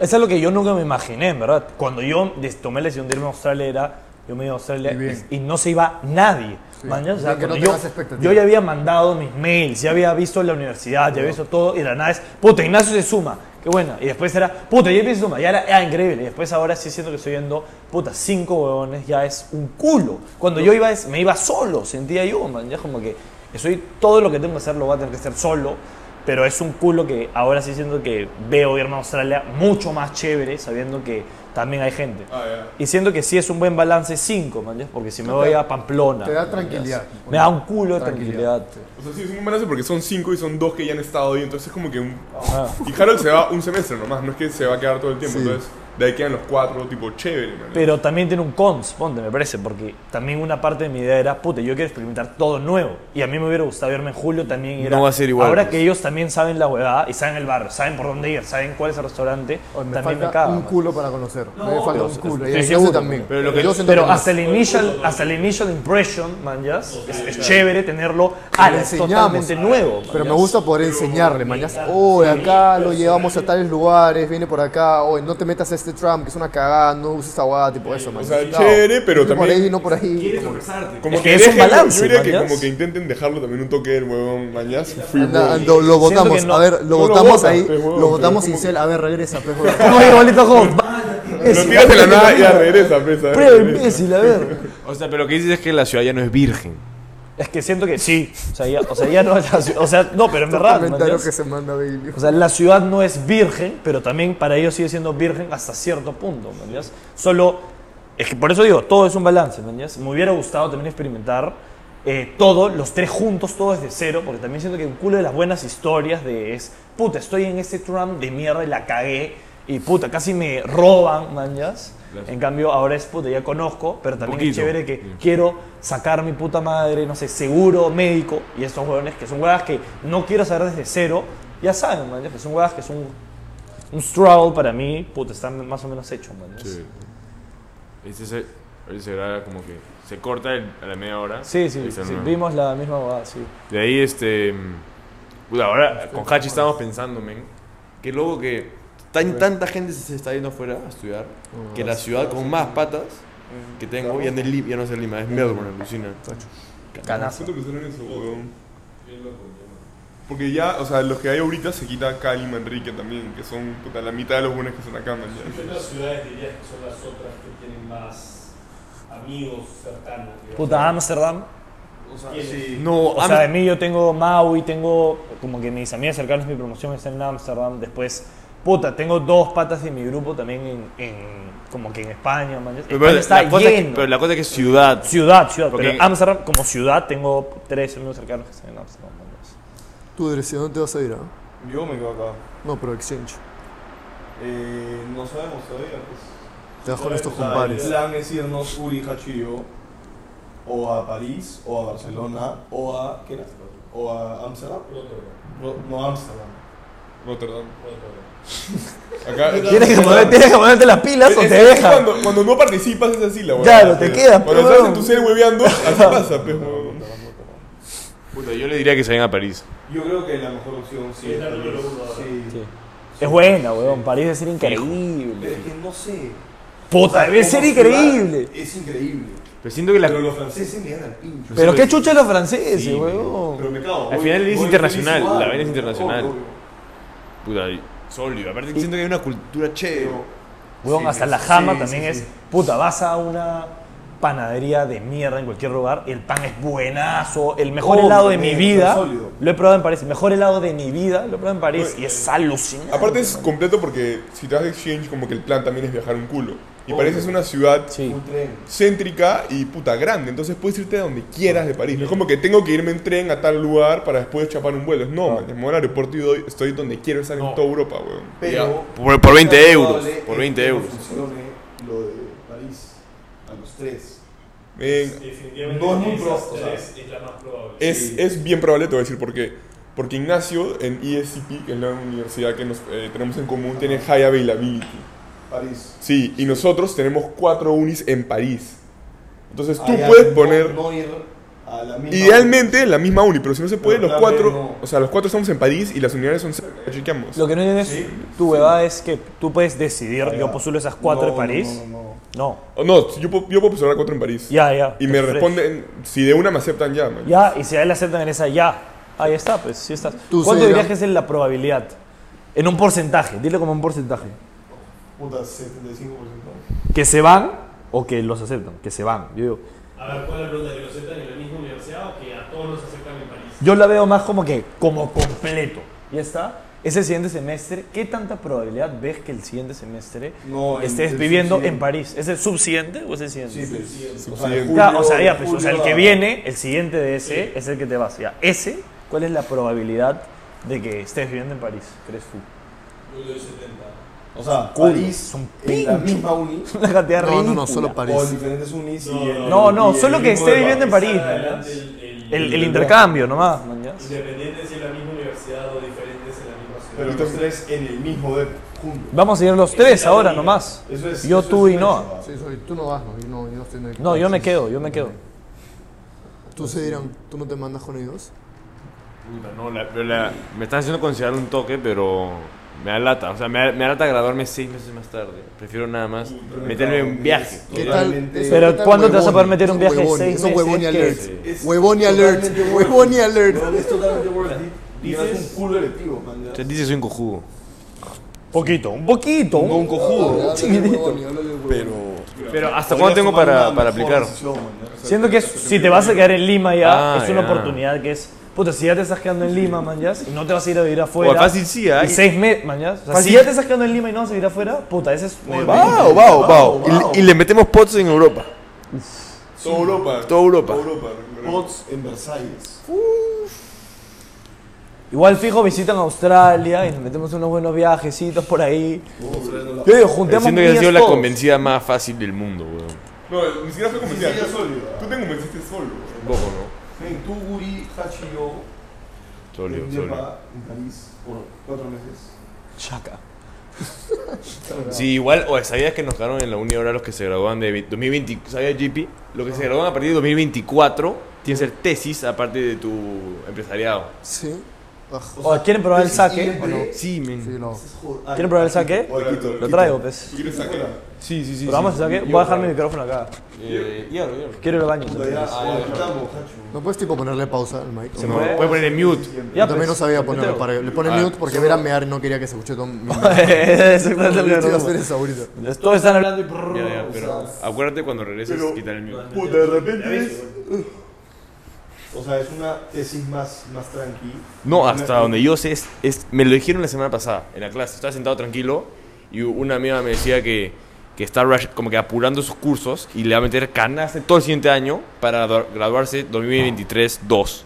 Eso es lo que yo nunca me imaginé, en verdad. Cuando yo des- tomé la decisión de irme a Australia, era, yo me iba a Australia Y bien. y no se iba nadie. Mañana, o sea, Bien que no cuando tengas yo, expectativas. yo ya había mandado mis mails, ya había visto la universidad, ya había visto todo, y de la nada es, puta, Ignacio se suma, qué bueno. Y después era, puta, JP se suma, ya era, ah, increíble. Y después ahora sí siento que estoy yendo, puta, cinco huevones, ya es un culo. Cuando yo iba, es- me iba solo, sentía yo, man, ya como que soy todo lo que tengo que hacer lo voy a tener que hacer solo. Pero es un culo que ahora sí siento que veo irme a Australia mucho más chévere, sabiendo que también hay gente. Ah, Y siento que sí es un buen balance 5, porque si me voy a Pamplona. Te da ¿manjas? tranquilidad. Me da un culo de Tranquilidad, tranquilidad. O sea, sí, es un balance porque son cinco y son dos que ya han estado ahí, entonces es como que un... Ah. Y Harold se va un semestre nomás, no es que se va a quedar todo el tiempo, Sí. entonces de ahí quedan los cuatro, tipo, chévere, man. Pero también tiene un cons, ponte, me parece, porque también una parte de mi idea era, puta, yo quiero experimentar todo nuevo. Y a mí me hubiera gustado irme en julio también. y era, No va a ser igual, Ahora pues. que ellos también saben la huevada y saben el barrio, saben por dónde ir, saben cuál es el restaurante, me también falta me cago. un culo para conocer. me falta un estoy culo. Y a Ignacio seguro. también. Pero lo que- Yo siento Pero que hasta no. el initial, hasta el initial impression, man, ya, es, es chévere tenerlo al es enseñamos. totalmente nuevo. Pero man, me gusta poder enseñarle, mañas. Hoy acá lo llevamos a tales lugares, viene por acá, hoy no te metas a este tram, que es una cagada, no uses esta guada, tipo eso, mañas. sea, chévere, pero Por también- ahí, no por ahí. como- Como Es que es un déjenlo, balance, Yo diría que mañas. como que intenten dejarlo también un toque del huevón mañas. Free Anda, roll. anda, lo votamos, que no. a ver, lo Tú lo votamos votas, ahí, pe, huevón, lo pero es votamos sin como- cel, a ver, regresa, pe, huevón. No, igualito como, Lo tiras de la nada y pues, ya regresa, pesa. prueba imbécil, a ver. O sea, pero lo que dices es que la ciudad ya no es virgen. Es que siento que sí, o sea, ya, o sea, ya no es la ciudad- o sea, no, pero en verdad, man, comentario ya. que se manda Bailey. o sea, la ciudad no es virgen, pero también para ellos sigue siendo virgen hasta cierto punto, man, ya. Solo, es que por eso digo, todo es un balance, man, ya. Me hubiera gustado también experimentar eh, todo, los tres juntos, todo desde cero, porque también siento que un culo de las buenas historias de es, puta, estoy en este tram de mierda y la cagué, y puta, casi me roban, man, ya. En cambio, ahora es puta, ya conozco, pero también es poquito. chévere que quiero sacar mi puta madre, no sé, seguro, médico, y estos huevones que son huevas que no quiero saber desde cero, ya saben, man, ya, que son huevas que son un struggle para mí, puta, están más o menos hechos, man. ya. Sí. Ese se- ese será como que se corta el- a la media hora. Sí, sí, Esa sí, no. vimos la misma huevada, sí. De ahí, este. puta, Ahora con Hachi estábamos pensando, men. Que luego que tan, tanta gente se está yendo afuera a estudiar, Ah, que la ciudad con más patas que tengo ya no es, Li- ya no es Lima, es Melbourne, alucina. Canazo. ¿Cuánto costaron eso, huevón? Porque ya, o sea, los que hay ahorita se quita Cali, Manrique también, que son puta, la mitad de los buenos que son acá, man. ¿Qué otras ciudades dirías que son las otras que tienen más amigos cercanos? digamos? Puta, ah, Amsterdam. O sea, ¿Quién es? sí. No, O sea, de mí yo tengo Maui, tengo como que mis amigas cercanas, mi promoción está en Amsterdam. Después, puta, tengo dos patas de mi grupo también en, en- como que en España, man. pero, España está la cosa es que- lleno. pero la cosa es que es ciudad. Ciudad, ciudad. Porque- Pero Amsterdam, como ciudad, tengo tres amigos cercanos que están en Amsterdam. man, ya. ¿Tú, Dresio, dónde te vas a ir, ah? Yo me quedo acá. No, pero exchange. Eh, no sabemos todavía, pues. Te vas con estos O sea, El compadres. plan es irnos Uri, Hachi y yo, o a París, o a Barcelona, o a. ¿Qué era? O a Amsterdam. Rotterdam, No, no Amsterdam. Rotterdam. Rotterdam. Acá. Tienes que, poner- tienes que ponerte las pilas Es- o es- te es dejan. Cuando, cuando no participas es así la huevón. Claro, te Sí. quedas, Cuando pe, estás en huevón. tu serie hueveando, así pasa, pe, huevón. Puta, yo le diría que se vayan a París. Yo creo que la mejor opción sí Es es la número París. uno ahora. Sí. Sí. Es buena, weón. París debe ser increíble. Pero es que no sé. Puta, debe Como ser ciudad, increíble. Es increíble. Pero siento que la, Pero los franceses me dan al pincho. Pero Sí, qué sí. chucha los franceses, Sí, weón. Pero me cago. Al voy- final es voy internacional, feliz igual. la vaina es internacional. Obvio. puta, sólido. Aparte, siento que hay una cultura chévere. Huevón, Sí, hasta la sí, jama sí, también sí, es. sí. Puta, vas a una panadería de mierda en cualquier lugar, el pan es buenazo, el mejor Obvio, helado de es mi tan vida. eh, sólido. eh, Lo he probado en París, el mejor helado de mi vida, lo he probado en París y es alucinante. Aparte es completo porque si te vas de exchange, como que el plan también es viajar un culo. Y París es una ciudad Sí. Un tren. céntrica y puta grande, entonces puedes irte a donde quieras de París. No es como que tengo que irme en tren a tal lugar para después chapar un vuelo. No, man, me voy al aeropuerto y doy- estoy donde quiero estar en toda Europa, weón. Pero. Por, por 20 es euros. probable Por que 20 no eh, euros. funcione lo de París a los tres. Ven, Definitivamente No es muy esas pro- o sea, tres es la más probable. Es, Sí. es bien probable, te voy a decir por qué. Porque Ignacio en E ESCP, que es la universidad que nos, eh, tenemos en común, tiene high availability. París. Sí, y nosotros tenemos cuatro unis en París. Entonces tú Allá puedes no- poner No ir a la misma. idealmente la misma uni, pero si no se puede, Pero los también cuatro, no. o sea, los cuatro estamos en París y las unidades son cerca, ya chequeamos. Lo que no entiendes, Sí, tu huevada es que tú puedes decidir, yo postulo esas cuatro No, en París. No, no, no. No, Oh, No, yo, puedo- yo puedo postular a cuatro en París. ya, ya. Y me Fresh. responden, si de una me aceptan ya, man. Ya, y si a él le aceptan en esa, ya. Ahí está, pues, sí estás. Tú, ¿Cuánto Cera. dirías que es la probabilidad? En un porcentaje, dile como un porcentaje. Puta, 75%. ¿Que se van o que los aceptan? Que se van. Yo, digo, A ver, ¿cuál es la pregunta? ¿Que lo aceptan en la misma universidad o que a todos los aceptan en París? yo la veo más como que, como completo. ¿Ya está? Es el siguiente semestre. ¿Qué tanta probabilidad ves que el siguiente semestre No, el- estés el viviendo en subsiguiente. París? ¿Es el subsiguiente o es el siguiente? Sí, pues. Sí, O sea, sí. julio- Ya, o sea, ya, pues, o sea, el julio que a- viene, el siguiente de ese, es el que te vas. Ya, ese, ¿cuál es la probabilidad de que estés viviendo en París, crees tú? Yo le doy 70. O sea, Culo, París es un en la pincho. misma uni. Una cantidad No, no, ridícula. no, solo O París. en diferentes unis. y No, el- no, no, y el solo que mismo esté de viviendo en París. París. Adelante el, El, el intercambio nomás. mañas. Independiente si es la misma universidad o diferentes en la misma ciudad. Pero los tres en el mismo de juntos. Vamos a ir los tres ahora nomás. Eso es, Yo, eso tú es y Noah. eso, Sí, soy, tú no vas, ¿no? Yo no, yo no estoy en el- No, yo me quedo, yo me quedo. Tú se dirán, ¿tú no te mandas con ellos? Puta, no, la- pero la- me están haciendo considerar un toque, pero me da lata. O sea, me da, me da lata graduarme seis meses más tarde. Prefiero nada más meterme en un viaje. ¿Qué tal? Totalmente. eh, Pero qué tal ¿cuándo te vas a huevón? poder meter un Son viaje de huevón, seis Son meses? huevón y ¿Qué alert. es? Es Huevón y alert. totalmente worth Huevón y it. alert. No, Es totalmente worth it. Dices Dices- un culo electivo, man. Te dice soy un cojudo. Poquito, un poquito. No, un cojudo. Pero. Pero ¿hasta cuándo tengo para, para aplicar? Siento que es- si te vas a quedar en Lima ya, Ah, es una ya. oportunidad que es. Puta, si ya te estás quedando en Lima, mañas, y no te vas a ir a vivir afuera. O fácil sí, Y ¿ah? seis meses, mañas. O sea, si Fácil. ya te estás quedando en Lima y no vas a ir afuera, puta, ese es. Vao, vao, vao. Y le- Y, le metemos pots en Europa. Toda Europa. Toda Europa. Toda Europa. Pots en Versalles. Igual fijo, visitan Australia y nos metemos unos buenos viajecitos por ahí. Yo digo, juntemos Siento que ha sido millas la todos. convencida más fácil del mundo, weón. No, ni siquiera fue Sí, convencida. sí, yo sólido. Tú te convenciste solo. weón. Un poco, ¿no? Men, Tú, Guri, Hachi y yo. Sólido, en sólido. Yepa, En París por cuatro meses. Chaca. Sí, igual, o sabías que nos quedaron en la uni ahora los que se gradúan de vi- 2020, ¿sabías GP? Los que se gradúan a partir de 2024 tienes que hacer tesis aparte de tu empresariado. Sí. Ah, O quieren probar el saque. Ah, ¿O no? Sí, men. Sí, no. ¿Quieren probar el saque? Oye, Quito, Lo Quito. traigo, pues. ¿Tú quieres sacar? Sí, sí, sí. Probamos el saque. Voy a dejar mi micrófono acá. Eh, hierro, hierro. Quiero ir al baño. Puta, ya, Ah, ya, ya. estamos, Hachu. ¿No puedes tipo ponerle pausa al mic? Se No, Yo puede. puedes poner en mute. Ya, también pues. no sabía ponerle Yo para. Le pone Ah, mute porque Vera mear y no quería que se escuche todo. mi- Exactamente lo Yo iba a que hacer hacemos. eso ahorita. Todos están hablando y. Ya, ya, pero acuérdate cuando regreses quitar el mute. Puta, Pues, de repente es. O sea, es una tesis más, más tranqui. No, Una- hasta donde yo sé, es, es- me lo dijeron la semana pasada, en la clase. Estaba sentado tranquilo y una amiga me decía que, que está rush- como que apurando sus cursos y le va a meter canasta todo el siguiente año para do- graduarse 2023-2.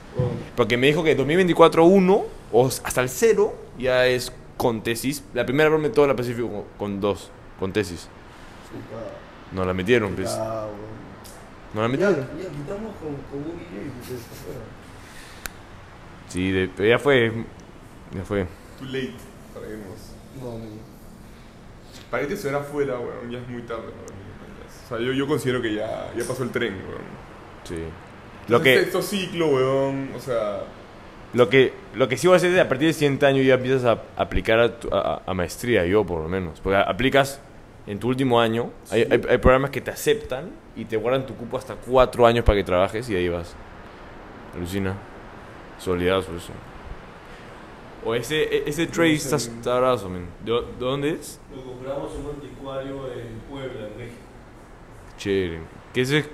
Porque me dijo que 2024-1 o s- hasta el 0 ya es con tesis. La primera vez me todo la Pacífico con 2, con tesis. Puta, No la metieron, pues. puta, No la weón. Ya, metieron. ya quitamos con, con un video y que se desafuera. Sí, de- pero ya fue. Ya fue. Too late. Para irnos. No, men. Para irte estuviera afuera, weón. Ya es muy tarde, weón. O sea, yo, yo considero que ya, ya pasó el tren, weón. Sí. Lo Es que. Sexto ciclo, weón. O sea. Lo que, lo que sí voy a hacer es a partir del siguiente año ya empiezas a aplicar a, tu- a- a maestría, yo por lo menos. Porque aplicas en tu último año, hay, hay, hay programas que te aceptan y te guardan tu cupo hasta cuatro años para que trabajes y ahí vas. Alucina. Solidazo eso. O ese, e, ese trade está, está brazo, men. ¿De, de dónde es? Lo compramos en un anticuario en Puebla, en México. Chévere. Que ese.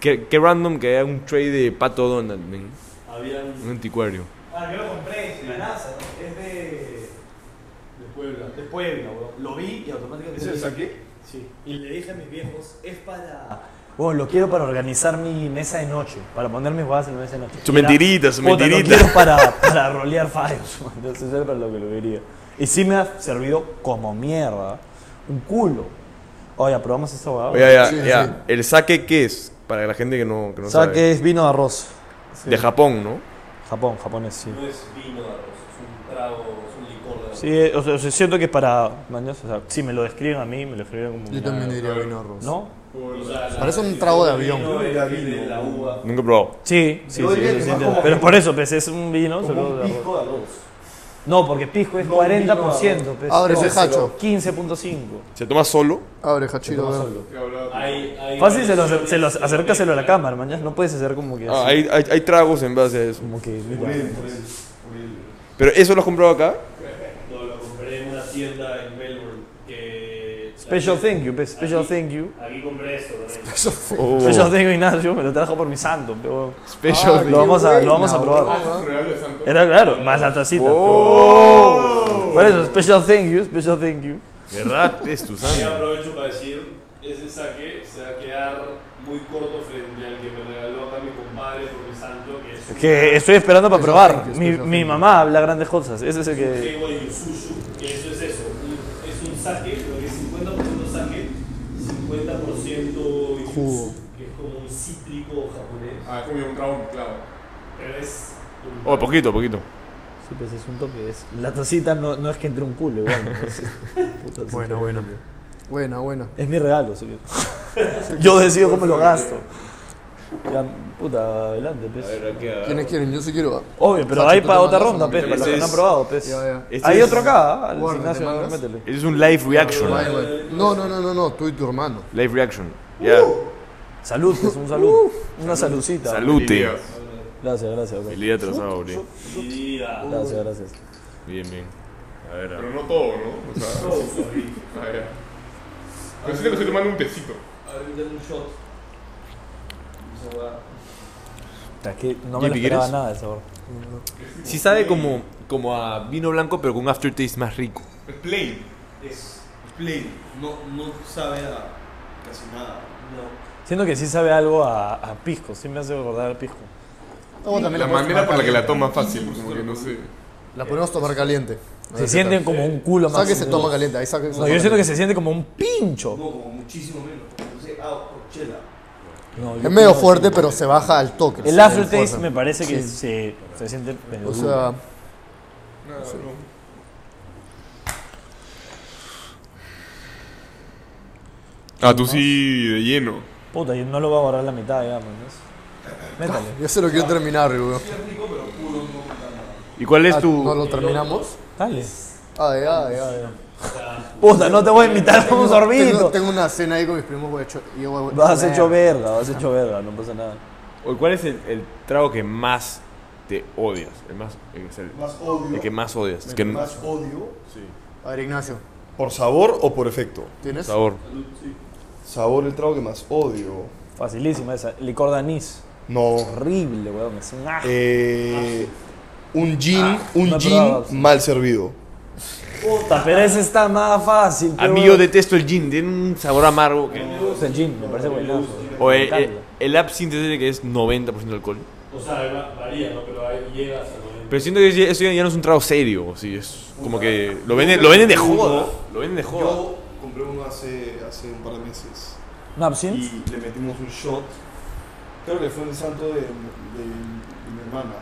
Qué, qué random que haya un trade de Pato Donald, men. Habían Un anticuario. Ah, yo lo compré, es la NASA, ¿no? es de, de Puebla. de Puebla, weón. Lo vi y automáticamente. dije- saqué? Sí. Y le dije a mis viejos, es para. Bueno, Oh, lo quiero para organizar mi mesa de noche, para poner mis guadas en la mesa de noche. Su mentirita, su Puta, lo mentirita. quiero para, para rolear fallos, man. entonces era para lo que lo quería. Y sí me ha servido como mierda, un culo. Oye, probamos esta huevada. Oye, ya, Sí, ya. sí. ¿El saque qué es? Para la gente que no, que no ¿Sabes qué sabe. es vino de arroz? De Japón, ¿no? Japón, japonés, sí. No es vino de arroz, es un trago, es un licor de arroz. Sí, eh, o sea, o sea, siento que para mañana, o sea, si me lo describen a mí, me lo escriben como... Yo una- también diría vino arroz. ¿No? O sea, la- Parece un trago de el avión. vino es de la uva. Nunca he probado. Sí, sí, Yo sí, diría sí, que sí, más sí, como- Pero por eso, pues, es un vino, Como solo un de arroz. pisco de arroz. No, porque pisco es No, 40%. pues. Abre No, Ah, ese hacho. 15.5. ¿Se toma solo? Abre, Hachiro. a ver. Hay- hay Fácil, se lo, versiones se lo, de- acércaselo a la cámara, mañana. No puedes hacer como que. Ah, así, hay, hay, hay tragos en base a eso. Como que. Por él, por él, por él. ¿Pero eso lo has comprado acá? No, lo compré en una tienda en Melbourne que... Special thank you, pues, Special Aquí. thank you. Aquí compré esto, ¿no? Oh. Special thank you, Ignacio. Me lo trajo por mi santo. Pero... Ah, Special. Lo vamos a, lo vamos a probar. Era claro, más la tacita. Oh. Por eso, Special thank you, Special thank you. ¿Verdad? Es tu Y sangre. aprovecho para decir, ese saque se va a quedar muy corto frente al que me regaló acá mi compadre por mi santo, que es un Que estoy esperando para Special probar. thank you, Mi, special mi thank you. mamá habla grandes cosas. Ese es el que. juego de Yusushu, que eso es eso, un- es un saque, lo que es 50% saque, 50% Jugo. yuzu, que es como un cítrico japonés, Ah, es como un trago claro. pero es... un- Oh, poquito, poquito. Sí, pues es un toque. Es... La tacita no, no es que entre un culo, igual. ¿no? Es- puta, sí. Bueno, bueno. Buena, buena. Es mi regalo, señor. Yo decido cómo lo gasto. Ya, puta, adelante, pez. ¿Quiénes quieren? Yo sí quiero. ah. Obvio, pero Sacho, hay tú para te otra mandas ronda, un- pez, para los que Ese no han es- probado, pez. Ya, ya. Este Hay es- otro acá, ¿ah? al Guarda, Ignacio, ¿te mandas? métele. Ese es un live reaction. Vale, vale. No, no, no, no, no, tú y tu hermano. Live reaction. Ya. Salud, pez, un salud. Una saludcita. Salute. Gracias, gracias, pez. El día atrasado, bro. Mi vida. Gracias, gracias. Bien, bien. A ver, a Pero ver. no todo, ¿no? O sea, Oh, ah, ya. Pero siento que estoy tomando un tecito. Ahorita un shot. Esa hueá. Es que no me lo JP, esperaba ¿quieres? nada de sabor. Sí sabe como, como a vino blanco, pero con un aftertaste más rico. Es plain. Es... Es plain. No, no sabe a casi nada. No. Siento que sí sabe algo a, a pisco, sí me hace recordar al pisco. La manera por la que la toma fácil, como que no sé. La podemos tomar caliente. A Se ver sienten qué como un culo tal. más. Saque se unido. toma caliente, ahí saque se No, toma yo siento que caliente. se siente como un pincho. No, como muchísimo menos. No sé, ah, corchela. No, yo Es medio creo- fuerte, pero se baja al toque. El Sí, aftertaste fuerte. me parece que Sí. se, se siente medio O duro. sea, Nada, no. Ah, tú sí de lleno. Puta, yo no lo voy a borrar la mitad ya, man. ¿no? Métale. yo se lo quiero terminar, weón. ¿Y cuál es Ah, tu...? ¿No lo terminamos? Dale. Ay, ay, ay. Puta, no te voy a invitar con un Tengo, sorbito. tengo una cena ahí con mis primos, güey. cho- y yo, güey, Vas güey. hecho verga, vas hecho verga, no pasa nada. o ¿Cuál es el, el trago que más te odias? El, más, el, el- Más odio. el que más odias. el Que que no- más odio. A ver, Ignacio, ¿Por sabor o por efecto? ¿tienes? sabor. Sabor el trago que más odio. Facilísima esa. Licor de anís. No. Horrible, weón. Es un ajo. Eh, un gin, un no he gin probado, sí. mal servido. Puta, pero ese está más fácil. A mí yo detesto el gin, tiene un sabor amargo. que- Me gusta el gin, me parece buenazo. O Me el, el, eh, encanta. el absinthe ese que es 90% alcohol. O sea, va- varía, ¿no? Pero ahí llega hasta 90. Pero siento que ya- eso ya ya no es un trago serio, o sí, es como que lo venden, lo venden de joda. Lo venden de joda. Yo compré uno hace, hace un par de meses ¿Un absinthe? y le metimos un shot. Creo que fue el santo de, de- de mi hermana,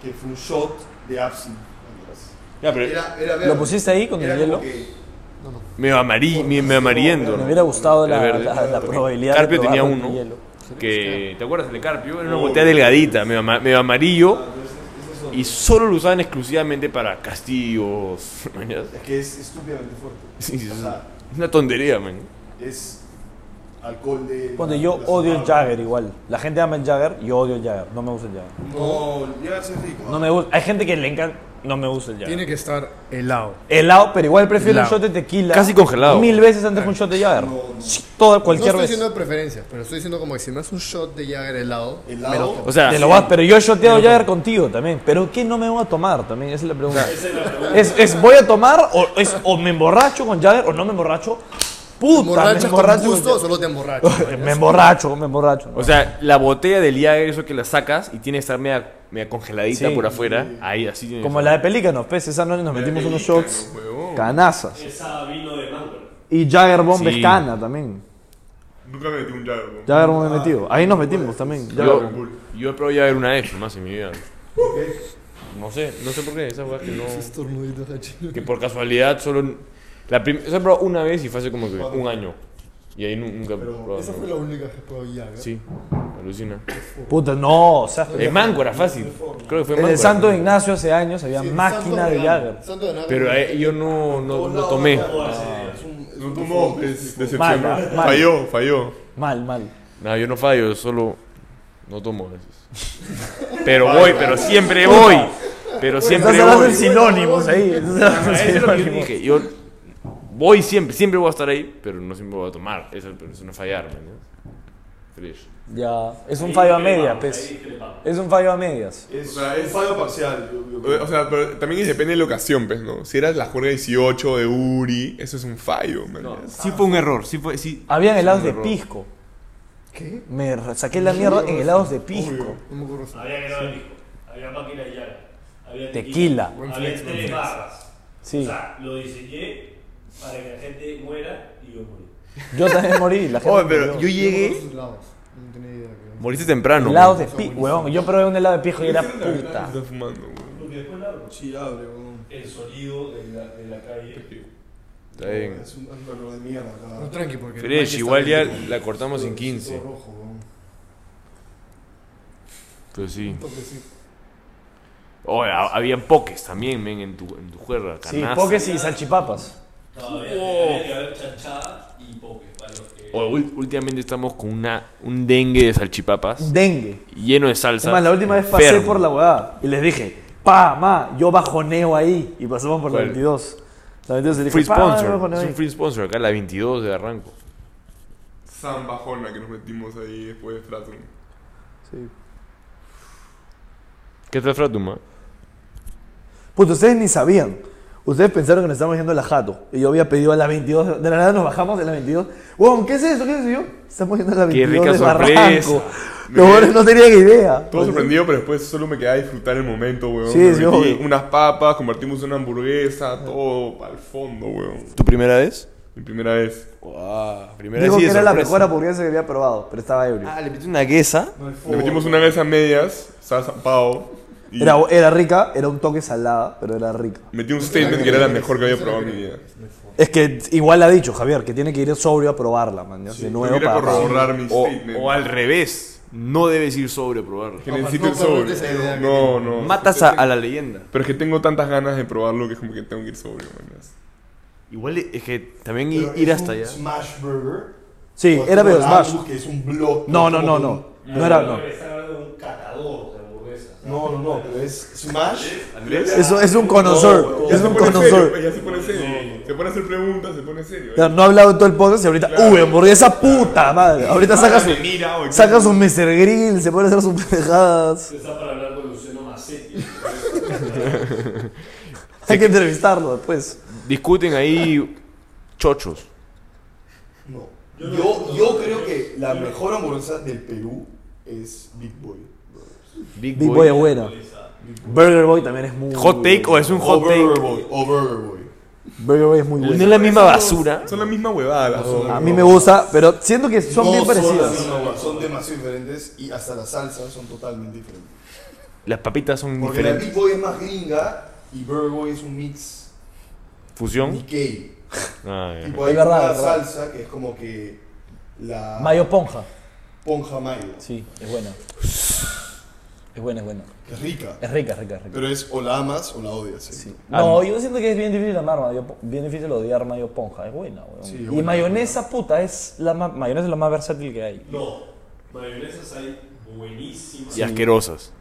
creo, que fue un shot de absinthe. Ya, pero Era, era verde. ¿Lo pusiste ahí con Era el hielo? como que- medio amarillo, medio amarillento, Me ¿no? hubiera gustado la, Era verde. la- la probabilidad Carpio probar tenía con uno. hielo. Que, ¿Te acuerdas del Carpio? Era una botella delgadita, medio, ama- medio amarillo. Y solo lo usaban exclusivamente para castillos. mañas. Es que es estúpidamente fuerte. Sí, sí, O sí. sea, Es una tontería, man. es alcohol de. Cuando yo la odio el semana. Jagger igual. La gente ama el Jagger, yo odio el Jagger. No me gusta el Jagger. No, el Jagger sí es rico. No me gusta. Hay gente que le encanta. No me gusta el Jagger. Tiene que estar helado. Helado, pero igual prefiero Helado. un shot de tequila. Casi congelado. Mil veces antes que un shot de Jagger. No, no. Sí, Toda, Ah. No cualquier estoy vez. diciendo de preferencias, pero estoy diciendo como que si me das un shot de Jagger helado, Helado. me lo tomo. O sea, Te lo vas, pero yo he shoteado Jagger contigo también. Pero ¿qué no me voy a tomar también? Esa es la pregunta. Es, es, ¿voy a tomar o, es, o me emborracho con Jagger o no me emborracho? Puta, me ¿Emborrachas con emborracho. con gusto o solo te emborrachas? Jagger. me emborracho, me emborracho. o sea, la botella del Jagger, eso que la sacas y tiene que estar media, media congeladita Sí. por afuera. Ahí, así tiene que Como estar. la de Pelícanos, pues esa noche nos metimos unos shots canasas. Esa vino de mango. Y Jagger Bomb es Sí. cana también. Nunca me metí un Jagger, weón. Jagger Bomb es metido. Ahí nos metimos también. Jagger Yo, Bomb. yo he probado Jagger una vez más en mi vida. No sé, no sé por qué. Esa hueá que no. Estornudito, Hachino. Que por casualidad solo. La prim- o sea, he probado una vez y fue hace como que un año. Y ahí nu- nunca he probado. Esa fue ¿no? la única que probé Jagger. Sí, alucina. Puta, no, o sea, En Manco era fácil. Creo que fue en Manco. el Santo Ignacio hace años había Sí, máquina Santo de Donato. Jagger. Santo Donato. Pero ahí yo no, no, no tomé. No tomó, Mal, es decepción. mal, mal. Falló, falló. Mal, mal. No, yo no fallo, yo solo no tomo a veces. Pero voy, pero siempre voy. Pero Estás siempre hablando en voy. sinónimos ahí. estás hablando en Ah, Eso es lo que yo sinónimos. dije. Yo voy siempre, siempre voy a estar ahí, pero no siempre voy a tomar. Eso, pero eso no es fallar, ¿me entiendes? Fresh. Ya, es un fallo a pues. medias, pez. pez. Es un fallo a medias. Es, es fallo parcial. yo- yo creo. O sea, pero también es- depende de la ocasión, pues, ¿no? Si eras la juerga 18 de Uri, eso es un fallo, man. Sí fue un error, sí fue, sí. Habían helados de error. pisco. ¿Qué? Me re- saqué la mierda en helados de pisco. Obvio. No me acuerdo. Había ganado el disco. Había máquina de llave. Había Tequila. Buen Había flex, buen tres flex. barras. O Sí, sea, lo diseñé para que la gente muera y yo morí. yo también morí. La gente Oye, pero yo murió. No me acuerdo llegué. sus helados. No tenía idea. que- Moriste temprano. Helados güey. de pisco, huevón. Yo probé un helado de pisco y era puta. Estás fumando, weón. Porque después la Sí, abre, weón. el sonido de la, de la calle. Está bien. Es un un olor de mierda No, acá. tranqui, porque. Mike Fresh, está igual ya bien. la cortamos en 15. Todo rojo, weón. Pero Pues sí. Porque sí. Oh, ha- habían pokés también, men, en tu, en tu juerga. Sí, canasta. poques y salchipapas. Todavía Oh. Wow. había que haber chanchada y poke para los que. Oh, ul- últimamente estamos con una, un dengue de salchipapas Dengue. lleno de salsa. Es más, la última vez pasé Enfermo. por la huevada y les dije, pa, ma, yo bajoneo ahí. Y pasamos por la ¿Cuál? 22. La 22 y le dije, Free pa, yo sponsor. bajoneo Es ahí. un free sponsor acá, la 22 de Barranco. San Bajona que nos metimos ahí después de Fratrum. Sí. ¿Qué tal Fratum? ah? Puta, ustedes ni sabían. Ustedes pensaron que nos estábamos yendo a la Jato. Y yo había pedido a la 22. De la nada nos bajamos de la 22. Huevón, ¿qué es eso? ¿Qué es eso? Y yo, estamos yendo a la Qué 22 rica de sorpresa. Barranco. Me Los quedé- huevones no tenían idea. Todo sorprendido, pero después solo me quedaba a disfrutar el momento, weón. Sí, Me sí, metí obvio. unas papas, convertimos en una hamburguesa, todo al fondo, weón. ¿Tu primera vez? Mi primera vez. Wow, primera Dijo sí que de era la sorpresa. mejor hamburguesa que había probado, pero estaba ebrio. Ah, le metí una guesa. No hay Le forma. metimos una vez a medias, salsa pao. Y Era, era rica, era un toque salada, pero era rica. metí un statement que era la mejor que había probado en mi vida. Es que igual ha dicho Javier que tiene que ir sobrio a probarla, man. ya, de nuevo Yo quería para. corroborar mi O, statement. o al revés. No debes ir sobre a probarlo. Que No, necesito no, el no, no, esa sobre. idea que No, no. Matas a, a la leyenda. Pero es que tengo tantas ganas de probarlo que es como que tengo que ir sobrio, man. Igual es que también i- Pero ir es hasta un allá. Smash Burger. Sí, O era como medio la smash. Angus, que es un bloque. No, no, como no, un- no. No era, no. Están hablando de un catador de hamburguesas. No, no, no, pero es Smash. Andrés. Es, es un conocedor. No, es se un pone serio, pues, conocedor. ya se pone serio. Se pone a hacer preguntas, se pone serio. Ya, No ha hablado en todo el podcast y ahorita. Uy, hamburguesa puta madre. Ahorita saca su. Mira, oye, Saca su Mr. Grill, se pone a hacer sus pendejadas. Está para hablar con Luciano Macetti. Hay que entrevistarlo después. Discuten ahí chochos. No. Yo, yo creo que la mejor hamburguesa del Perú es Big Boy. Big, Big Boy es bueno. Burger Boy también es muy. Hot take o es un hot Over take. Boy. Over Boy. Burger Boy es muy No es bueno. la misma basura. Son la misma huevada las dos. A mí me gusta, pero siento que son No bien la parecidas. misma, güey. son demasiado diferentes y hasta las salsas son totalmente diferentes. Las papitas son Porque la diferentes. Big Boy es más gringa y Burger Boy es un mix Fusión. Nikkei. Ah, ya. Tipo, hay Es verdad, una es verdad. salsa que es como que la Mayo Ponja. ponja mayo. Sí, es buena. Es buena, es buena. Es rica. Es rica, es rica, es rica. Pero es o la amas o la odias. ¿eh? Sí. Ah, No, yo siento que es bien difícil amar mayo, po- bien difícil odiar mayo ponja, es buena, weón. Sí, y buena, mayonesa, puta, es la ma- mayonesa es la más versátil que hay. No, mayonesas hay buenísimas. Y asquerosas.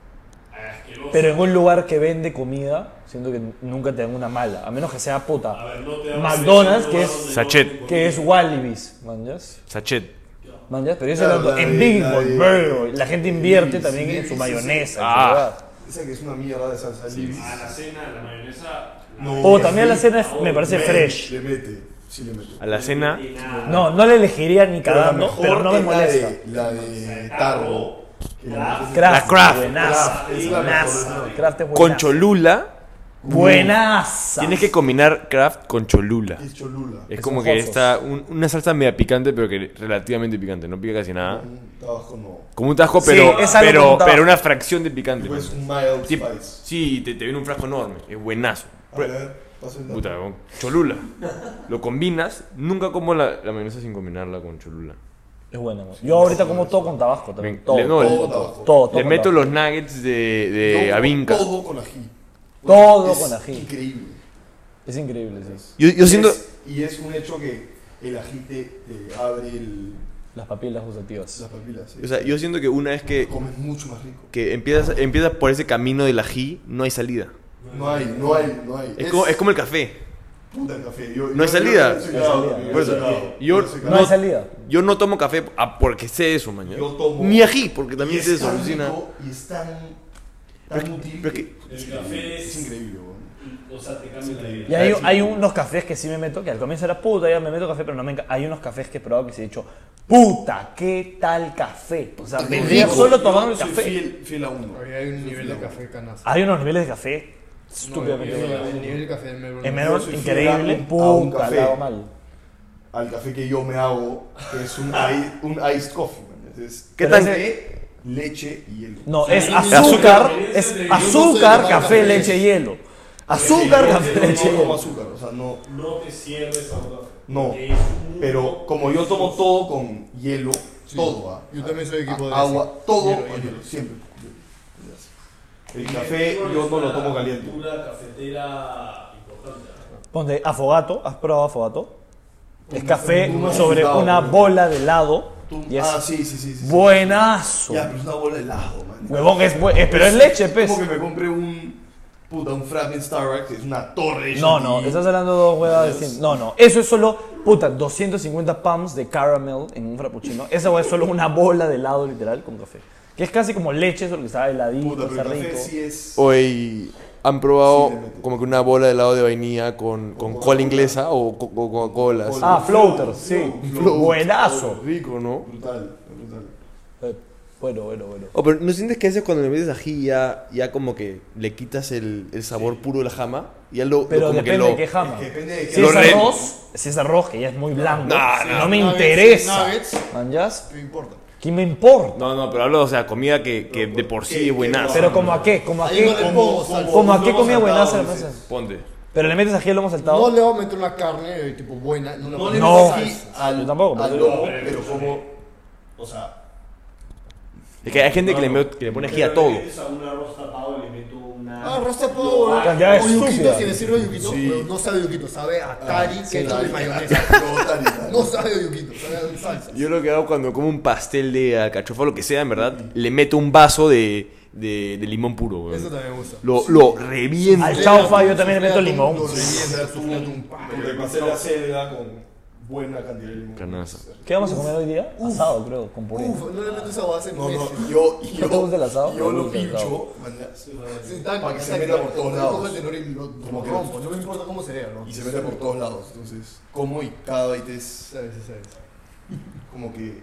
asquerosas. Pero en un lugar que vende comida, siento que nunca te dan una mala, a menos que sea A puta. ver, no te hagas McDonald's, en un que lugar es- donde no Sachet. venden Que es comida. Wallabies, manjas. Sachet. Manjas, pero eso Claro, hablando- la en de- Big la Boy, de- Burger Boy, la gente invierte Sí, también sí, en su sí, mayonesa. en Ah. su huevada. Esa que es una mierda de salsa Libis. A la cena, la mayonesa. No. O también la cena es- ahora, me parece Le- fresh. Le mete. Sí, le mete. A la Ah. cena. y nada. No, no le elegiría ni la cagando, mejor pero no me es la molesta. de- La de tarro. que le Ah. Kraft. metes- Kraft, La Kraft. buenaza, Kraft, es la buenaza, mejor, es la Kraft es buenaza. Con Cholula. Buenaza. Tienes que combinar Kraft con Cholula. Y Cholula. Es Es como un que hot está un- una salsa media picante, pero que relativamente picante. No pica casi nada. Un Tabasco no. Como un tajo, Sí, pero, es algo como pero, un tajo. pero una fracción de picante. Tipo es man. Pues un mild Sí, spice. sí, te, te viene un frasco enorme. Es buenazo. A ver, paso el dato. Puta, con Cholula. Lo combinas. Nunca como la, la mayonesa sin combinarla con Cholula. Es buena. man. Yo ahorita como todo con tabasco también. Me- todo, le- no, todo, le- todo, todo. todo, todo Le con meto tabasco. los nuggets de, de Todo- avinca. Todo con ají. Todo Es con ají. Increíble. Es increíble, sí. Yo, yo Y siento. es- y es un hecho que el ají te, te abre el- Las papilas gustativas. las papilas. ¿sí? O sea, yo siento que una vez que, comes mucho más rico. que empiezas, empiezas por ese camino del ají, no hay salida. No hay, no hay, no hay. Es como, es como el café. puta el café. Yo- No yo- hay yo- salida. yo soy No hay cagado, salida, yo no Por soy eso, cagado, yo- soy No hay cagado. salida. Yo no tomo café ah, porque sé eso, mañana. Yo tomo- Ni ají, porque también Y sé es eso, tan alucina. rico Y es tan, tan útil. Pero es que El café es es. increíble, weón. O sea, te cambia la Y vida. hay, Ah, sí. hay unos cafés que sí me meto, que al comienzo era puta, ya me meto café, pero no me enca- Hay unos cafés que he probado que sí he dicho, puta, ¿qué tal café? O sea, vendría Rico. solo tomando el Soy café. Fiel, fiel a uno. Ahí hay un Soy nivel fiel a de uno. café canasta. Hay unos niveles de café No, estúpidamente el, buenos. el nivel de café de Melbourne. En Yo menor, soy fiel a increíble, un- a un puta, café. la hago mal. Al café que yo me hago, que es un, i- un iced coffee. man. Es Ah. ¿Qué Pero tal? café, leche y hielo. No, es azúcar, azúcar, es es de- azúcar, yo no sé de café, marca, leche, hielo. Yo Azúcar, café, no- leche, No como hielo. azúcar, o sea, no. No te cierres a un café. No, Es un- Pero como yo tomo todo con hielo, todo, ¿ah? Yo también soy equipo de agua, ese. todo Hielo, con hielo. hielo, siempre. El café yo no lo tomo caliente. Una cafetera importante. ¿no? Ponte afogato, ¿has probado afogato? Es café Tú no has sobre probado, una ¿no? bola de helado Tú- y es Ah, sí, sí, sí. sí, sí. buenazo. Ya, pero es una bola de helado, man. Huevón, es buen- eh, pero es leche, pez. Como que me compré un. Puta, un frappe en Starbucks, que es una torre. No, no, y- estás hablando de dos huevas Dios. distintas. No, no, eso es solo, puta, 250 pounds de caramel en un frappuccino. Esa hueá es solo una bola de helado literal con café. Que es casi como leche, solo que está Puta, heladito, pero está el café rico. sí es. Hoy han Sí, le probado meto. como que una bola de helado de vainilla con, con Coca-Cola. cola inglesa o co- co- Coca-Cola. así. Ah, floater, sí. Float. Buenazo. Rico, ¿no? Brutal, brutal. Eh, Bueno, bueno, bueno. Oh, pero ¿no sientes que a veces cuando le metes ají ya, ya como que le quitas el, el sabor puro de la jama? Ya lo, lo Pero como depende que lo... de qué jama. Que depende de Si Lo es re- arroz, si es arroz, que ya es muy blanco, no, no me Nuggets, interesa. nuggets. ¿Manjas? No importa. ¿Qué me importa? No, no, pero hablo, o sea, comida que, que de por sí Que- es buenaza. Pero como a qué, como a Ahí qué, no le como, pongo sal, como a no qué hemos comida buenaza le saltado, pasas. Ponte. Pero le metes ají al lomo No saltado. le voy a meter una carne eh, tipo buena. No, le No voy a le No. meto aquí al, Yo tampoco, al pero- lomo, Ah, pero como. O sea, Es que hay gente que, le, met- que le pone ají a todo. Metes a un arroz tapado y le meto una. Ah, arroz tapado, boludo. Cantidad O estúpida. yuquito, si le sirve yuquito, Sí. pero no sabe a yuquito, sabe a tari, que tal, de tal, mayonesa. tal, tal, tal. No sabe a yuquito, sabe a salsa. Yo lo que hago cuando como un pastel de alcachofa, lo que sea, en verdad, le meto un vaso de, de, de limón puro, weón. Eso también me gusta. Lo, lo reviento. Al chaufa yo también le meto limón. Lo rellena, Tú suflé un pa- te pasé la selva con buena cantidad de limón. Carnaza. ¿Qué vamos a comer hoy día? Asado, creo, con puré. Uf, no le meto esa base en No, meses. no, yo, yo, Pues, ¿No te gusta el asado? yo No lo me gusta el pincho mañana, Sí, tal, para que se tal, meta tal, por todos tal, lados. tal, tal, tal, lo- Como Como que- rompo, no me importa cómo se vea, ¿no? y se mete por todos lados. Entonces, como y cada baite es Sabes, sabes, sabes. como que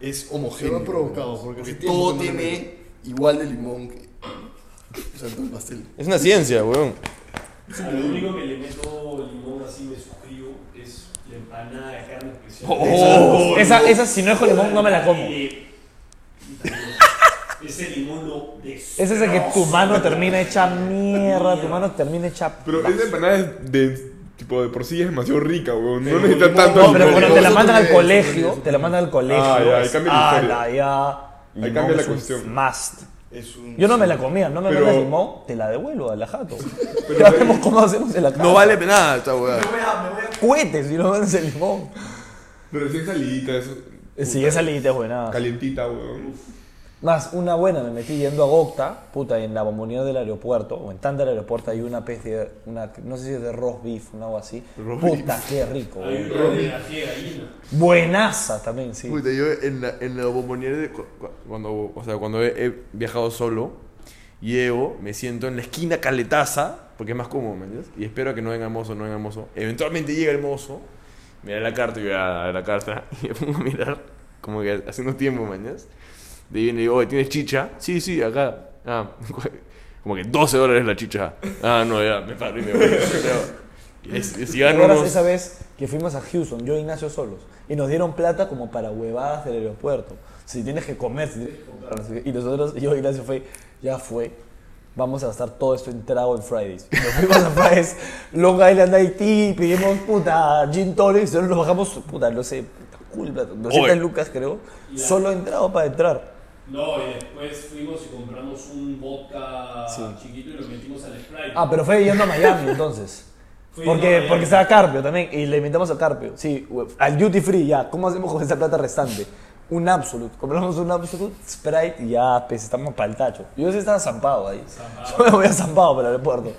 es homogéneo. Te lo han provocado, porque hace tiempo todo que no le tiene igual de limón que. O sea, todo el pastel. Es una ciencia, weón. A lo único que le meto limón así me suscribo es la empanada de carne especial. Oh, Esa, no. esa si no es con limón no me la como. Eh, Y- Ese limón lo destroza. Es esa que tu mano termina hecha mierda, tu mano termina hecha... Pero esa empanada es de, tipo, de por sí es demasiado rica, weón. No Pero necesita limón, tanto No, No, pero limón. cuando te la mandan al eso también, colegio, eso te la mandan al colegio. Ah, ya, ahí es, cambia la "Ah, historia". la, ya, Ahí limón cambia la es un cuestión. Must. Es un, Yo no me la comía, no me Pero- la limón, te la devuelvo a la jato. Pero- Ya vemos cómo hacemos el jato. No vale nada esta weá. voy a, me voy a... Cohetes si no mandas el limón. Pero recién salidita, eso. Sí, esa liguita es buena. Calientita, weón. Más, una buena me metí yendo a Gocta, puta, en la bombonera del aeropuerto, o en tanta del aeropuerto hay una especie de, una, no sé si es de roast beef, una algo así. Roast puta, qué rico. Hay güey. una de la de gallina. Buenaza también, sí. Puta, yo en la, en la bomboniera de cu- cu- cuando, o sea, cuando he, he viajado solo, llego, me siento en la esquina caletaza, porque es más cómodo, ¿me entiendes? Y espero a que no venga el mozo, no venga el mozo. Eventualmente llega el mozo, me da la carta y yo "Ah, la carta, y me pongo a mirar, como que haciendo tiempo, ¿me entiendes? De ahí viene y digo, "Oye, ¿tienes chicha? Sí, sí, acá. Ah, como que 12 dólares la chicha. Ah, no, ya, me paro y me voy. Y es- es- ¿Te llegan acuerdas unos- esa vez que fuimos a Houston, yo e Ignacio solos, y nos dieron plata como para huevadas del aeropuerto? Si tienes que comer, si tienes que comprar, no sé qué. Y nosotros, yo e Ignacio fue, ya fue, vamos a gastar todo esto en trago en Fridays. Y Nos fuimos a Fridays, Long Island, Haití, pedimos puta gin tonic, solo nos bajamos, puta, no sé, puta, cool, plata, 200 Oye. lucas creo, Ya. solo en trago para entrar. No, y después fuimos y compramos un vodka chiquito y lo metimos al Sprite. Ah, pero fue yendo a Miami entonces. Fui a Porque, Miami. porque estaba Carpio también, y le invitamos a Carpio. Sí, we- al duty free, ya. ¿Cómo hacemos con esa plata restante? Un Absolute. Compramos un Absolute, Sprite y ya, pues estamos para el tacho. Yo sí estaba zampado ahí. Yo me voy a zampado para el aeropuerto.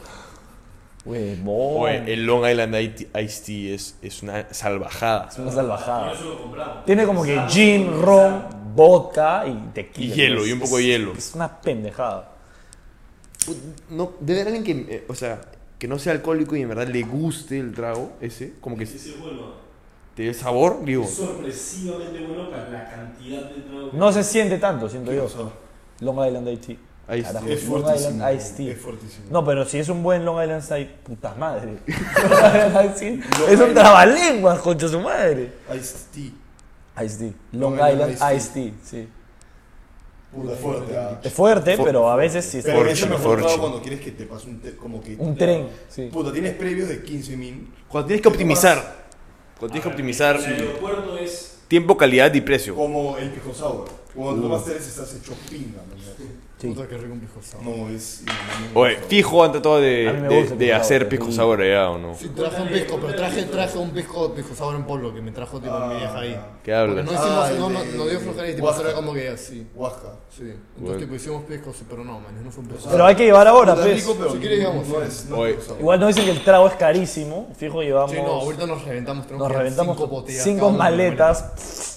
Huevón. Oye, el Long Island Ice Ice Tea es, es una salvajada. Es una salvajada. Por eso lo compramos. Tiene como que Sal, gin, sal. ron, vodka y tequila. Y hielo, Es- y un poco de es- hielo. Es una pendejada. No, debe haber alguien que, eh, o sea, que no sea alcohólico y en verdad le guste el trago ese, como que Sí, sí, es bueno. te dé sabor, digo. Es sorpresivamente bueno para la cantidad de trago. que- No se siente tanto, siento yo. Long Island Ice Tea. Ice Carajo, Tea. Es Long fuertísimo. Island Ice Tea. Es fuertísimo. No, pero si es un buen Long Island Ice, puta madre. Sí, es un trabalenguas, concha su madre. Ice tea. Ice Tea. Long, Long Island, Ice Island Iced Tea, sí. Puta fuerte. ah. Es fuerte, pero a veces sí está Pero Forchi, eso me forchi. faltaba cuando quieres que te pase un te- como que un tren, sí. Puta, tienes previos de 15 min. Cuando tienes que optimizar, cuando tienes que A ver, optimizar El aeropuerto es. tiempo, calidad y Oh. precio. Como el pijo sour. Cuando tomas tres estás hecho pinga, man. Puta, qué rico un pijo sour. No, es. Oye, fijo ante todo A de, mí me de, gusta el de pisco hacer sour, pisco sí. sour allá o no. Sí, traje un pisco, pero traje, traje un pisco, pisco sour en polvo que me trajo tipo mi vieja ahí. ¿Qué Porque hablas? no hicimos, Ah, no, no, el Ah, de- no dio flojera y tipo, Oaxaca. era como que así. Huasca. Sí. Entonces Bueno. tipo hicimos pisco, sí, pero no, man, no fue un pisco Pero hay que llevar ahora, Puta, pues. rico, pero Si quieres, digamos, No sí. es. No Oye. es pijo sour. Igual no dicen que el trago es carísimo, fijo llevamos... Sí, no, ahorita nos reventamos, nos tenemos que llevar reventamos cinco cinco, botellas. cada uno. maletas.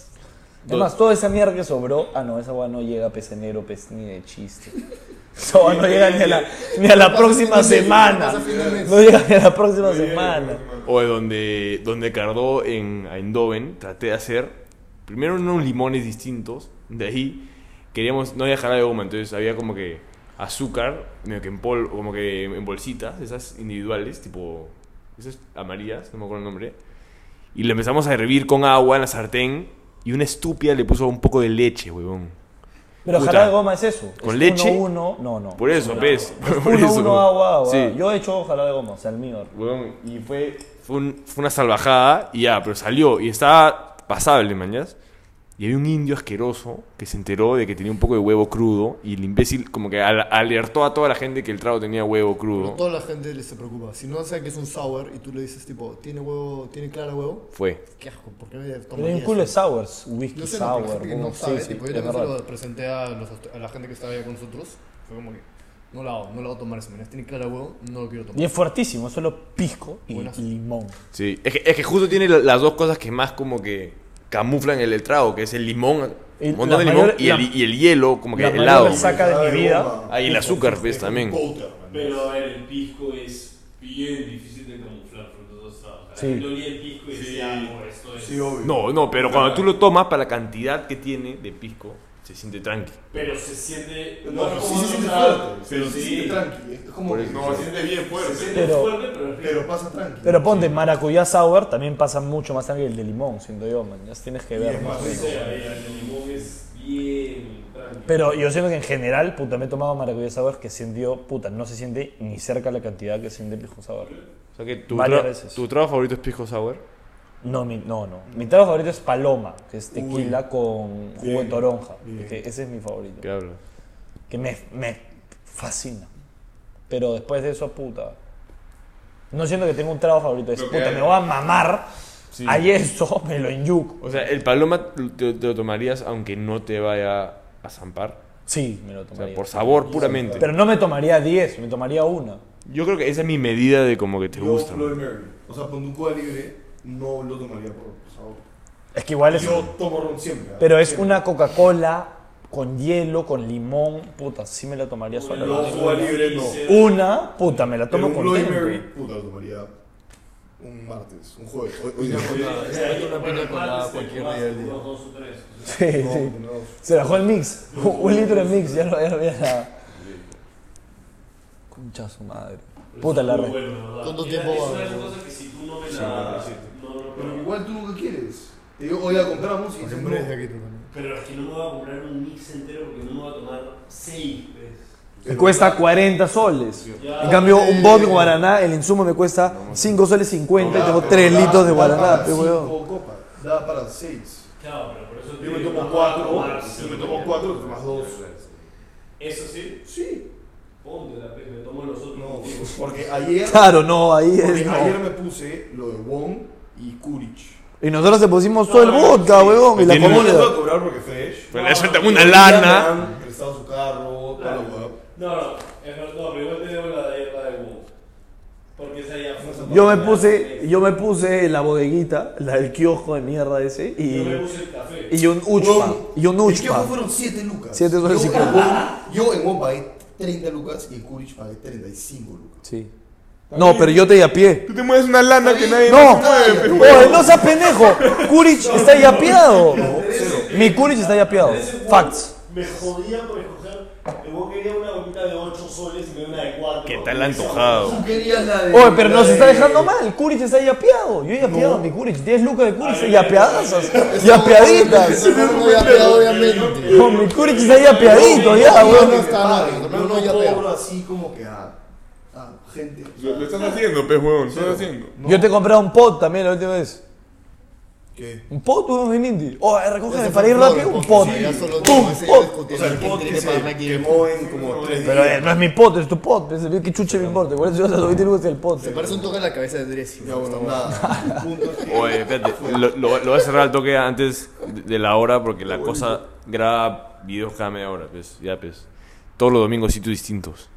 Dos. Además, toda esa mierda que sobró, ah no, esa agua no llega pez negro, pez ni de chiste. Esa hueá no llega ni a la, ni a la próxima Pasa fin de mes, semana. pasa fin de mes. No llega ni a la próxima semana. Oye, donde, donde Cardó en Eindhoven, traté de hacer primero unos limones distintos. De ahí queríamos, no había jarabe de goma, entonces había como que azúcar, medio que en pol, como que en bolsitas, esas individuales, tipo, esas amarillas, no me acuerdo el nombre. Y le empezamos a hervir con agua en la sartén. Y una estúpida le puso un poco de leche, huevón. Pero Puta. jarabe de goma es eso. ¿Con es leche? Uno, uno, no, no. Por eso, pez. Por uno, eso. uno, agua, agua. Sí. Yo he hecho jarabe de goma, o sea, almíbar. Weón, y fue, fue, un- fue una salvajada y ya, pero salió y estaba pasable, mañas. Y había un indio asqueroso que se enteró de que tenía un poco de huevo crudo y el imbécil como que al- alertó a toda la gente que el trago tenía huevo Pero crudo. toda la gente le se preocupa. Si no sabe que es un sour y tú le dices tipo, tiene huevo, tiene clara huevo, Fue. qué asco, ¿por qué me Pero hay un tomaría culo de eso? sours, whisky Yo sé, no, sour. pero hay gente que como- no sabe, sí, sí, tipo, yo es también se verdad. lo presenté a, los aust- a la gente que estaba allá con nosotros. Fue como que, no la hago, no la voy a tomar ese mañana. Tiene clara huevo, no lo quiero tomar. Y es fuertísimo, es solo pisco y Buenas. limón. Sí. Es que, es que justo tiene la- las dos cosas que más como que camuflan el, el trago, que es el limón, Y un montón la de limón mayor- y, la- el, y el hielo como que la mayor helado. resaca- saca de mi vida. Ah, y el azúcar, pues, también. Pero eh, a ver, el pisco es bien difícil de camuflar por todos lados. Sí. Yo olía el pisco y decía, Sí. "Oh, esto es. Sí, obvio. No, no, pero cuando tú lo tomas para la cantidad que tiene de pisco, se siente tranqui. Pero se siente. No, es pero como sí se otro siente trago, fuerte. Pero Sí, se sí. siente tranqui. Es como. Por que- eso. No, se siente bien Se fuerte. siente Pero- fuerte, pero es rico. Pero pasa tranqui. Pero ponte, maracuyá sour también pasa mucho más sangre que el de limón, siento yo, man. Ya tienes que Y ver. es ¿no? más O rico. sea, el limón es bien tranqui. Pero yo siento que en general, puta, me he tomado maracuyá sour que sintió, puta, no se siente ni cerca la cantidad que siente pisco sour. O sea que tu, Varias tra- veces. tu trago favorito es pisco sour. No, mi, no, no. Mi trago favorito es paloma, que es tequila con jugo de Bien, toronja. bien. que ese es mi favorito. ¿Qué hablas? Que que me, me fascina. Pero después de eso, puta. No siento que tengo un trago favorito. Es, Lo que puta, hay. me voy a mamar Sí. a eso, me lo inyuco. O sea, el paloma te, te lo tomarías aunque no te vaya a zampar. Sí, me lo O tomaría. sea, por sabor puramente. Pero no me tomaría 10, me tomaría una. Yo creo que esa es mi medida de como que te Yo, gusta. Bloody Mary. O sea, con un cuba libre no lo tomaría por sabor. Es que igual es. Yo tomo ron siempre. ¿ah? Pero es Siempre. una Coca-Cola con hielo, con limón. Puta, sí me la tomaría sola. Yo cuba libre no. Una, puta, me la Pero tomo un Bloody Mary, con puta, lo tomaría un martes, un jueves. Hoy, hoy día O sea, ahí, una bueno, piña colada martes te cualquier tomas día del día. unos dos o tres. Sí, sí. no, no. Se bajó el mix. Un, un litro de mix, ya no ya no había nada. Concha su madre. Puta la Muy red. bueno, la verdad. ¿Cuánto Es- tiempo es va? una de esas cosas que si tú no me la- no, no, Pero no. igual tú nunca quieres. Te digo, hoy la compramos y Por dices, ejemplo, no. desde aquí tú también. Pero es que no me voy a comprar un mix entero porque no me voy a tomar seis. pues. Que cuesta 40 soles. Ya, En cambio, un bot guaraná, el insumo me cuesta 5 soles 50 y tengo 3 Da- litros de da guaraná, para pe weón. cinco copas, Da para seis. Claro, pero por eso te Yo me digo, no tomo voy a cuatro. tomar Yo me siete. tomo cuatro, más dos. Eso sí, Sí. ponte la pe- me tomo los otros. No, pues, contigo. porque ayer. Claro, no, ahí porque es. no. ayer me puse lo de Wong y Kurich. Y nosotros te pusimos todo el No, vodka, sí. weón, y la Tiene- No les voy comida. a cobrar porque fresh. Pero Pues le sueltan Y una hoy día lana. me han prestado su carro, toda la hueá. No, no, es verdad, no, pero igual te debo la de la de Wu. Porque esa ya fue esa Yo me parte puse, de- yo me puse en la bodeguita, la del kiosco de mierda ese, Yo me y, puse el café. y un uchpa, Huevón, y un el que uchpa. fueron 7 lucas. Siete soles Yo en cincuenta. Wong- Yo en Wong pagué 30 lucas y en Kurich pagué 35 lucas. Sí. No, pero yo te di a pie. Tú te mueves una lana que nadie No, más mueve, pe, Oye, huevón. no seas pendejo. Kurich está yapeado. Mi Kurich está yapeado. Ese Wu Facts. Me jodía por escoger. Yo quería una bolita de 8 soles y me dio una de 4. ¿Qué tal antojado? Tú querías la de. Oye, pero nos la está de- dejando mal. Kurich está yapeado. Yo he yapeado a mi Kurich. 10 lucas de Kurich. Ay, Yapeadas. Ese Yapeaditas. no ya pegado, obviamente. No, mi Kurich está yapeadito ya, Yo no weón. está mal, no, Yo no no, ya cobro pegado. así como que a, a gente. Lo, lo estás haciendo, pe, huevón. Lo estás haciendo. Yo te compré un pot también la última vez. ¿Qué? Un pot, weón, en Indy. Oh, recoge Ese para ir fue rápido. un Un pot. podcast, ya solo Pum, tengo ese pot. discutir O sea, el quién pot tiene que que pagar se aquí. quemó en como 3 Pero eh, no es mi pot, es tu pot. pues, ¿Qué chuche me importa? Igual si vas a subirte el del pot. Se parece un toque a la cabeza de Dressy. Ya, bueno, nada. El punto es que- Oye, espérate, lo, lo, lo voy a cerrar al toque antes de- de la hora porque la cosa graba videos cada media hora, pues, ya, pues. Todos los domingos sitios distintos.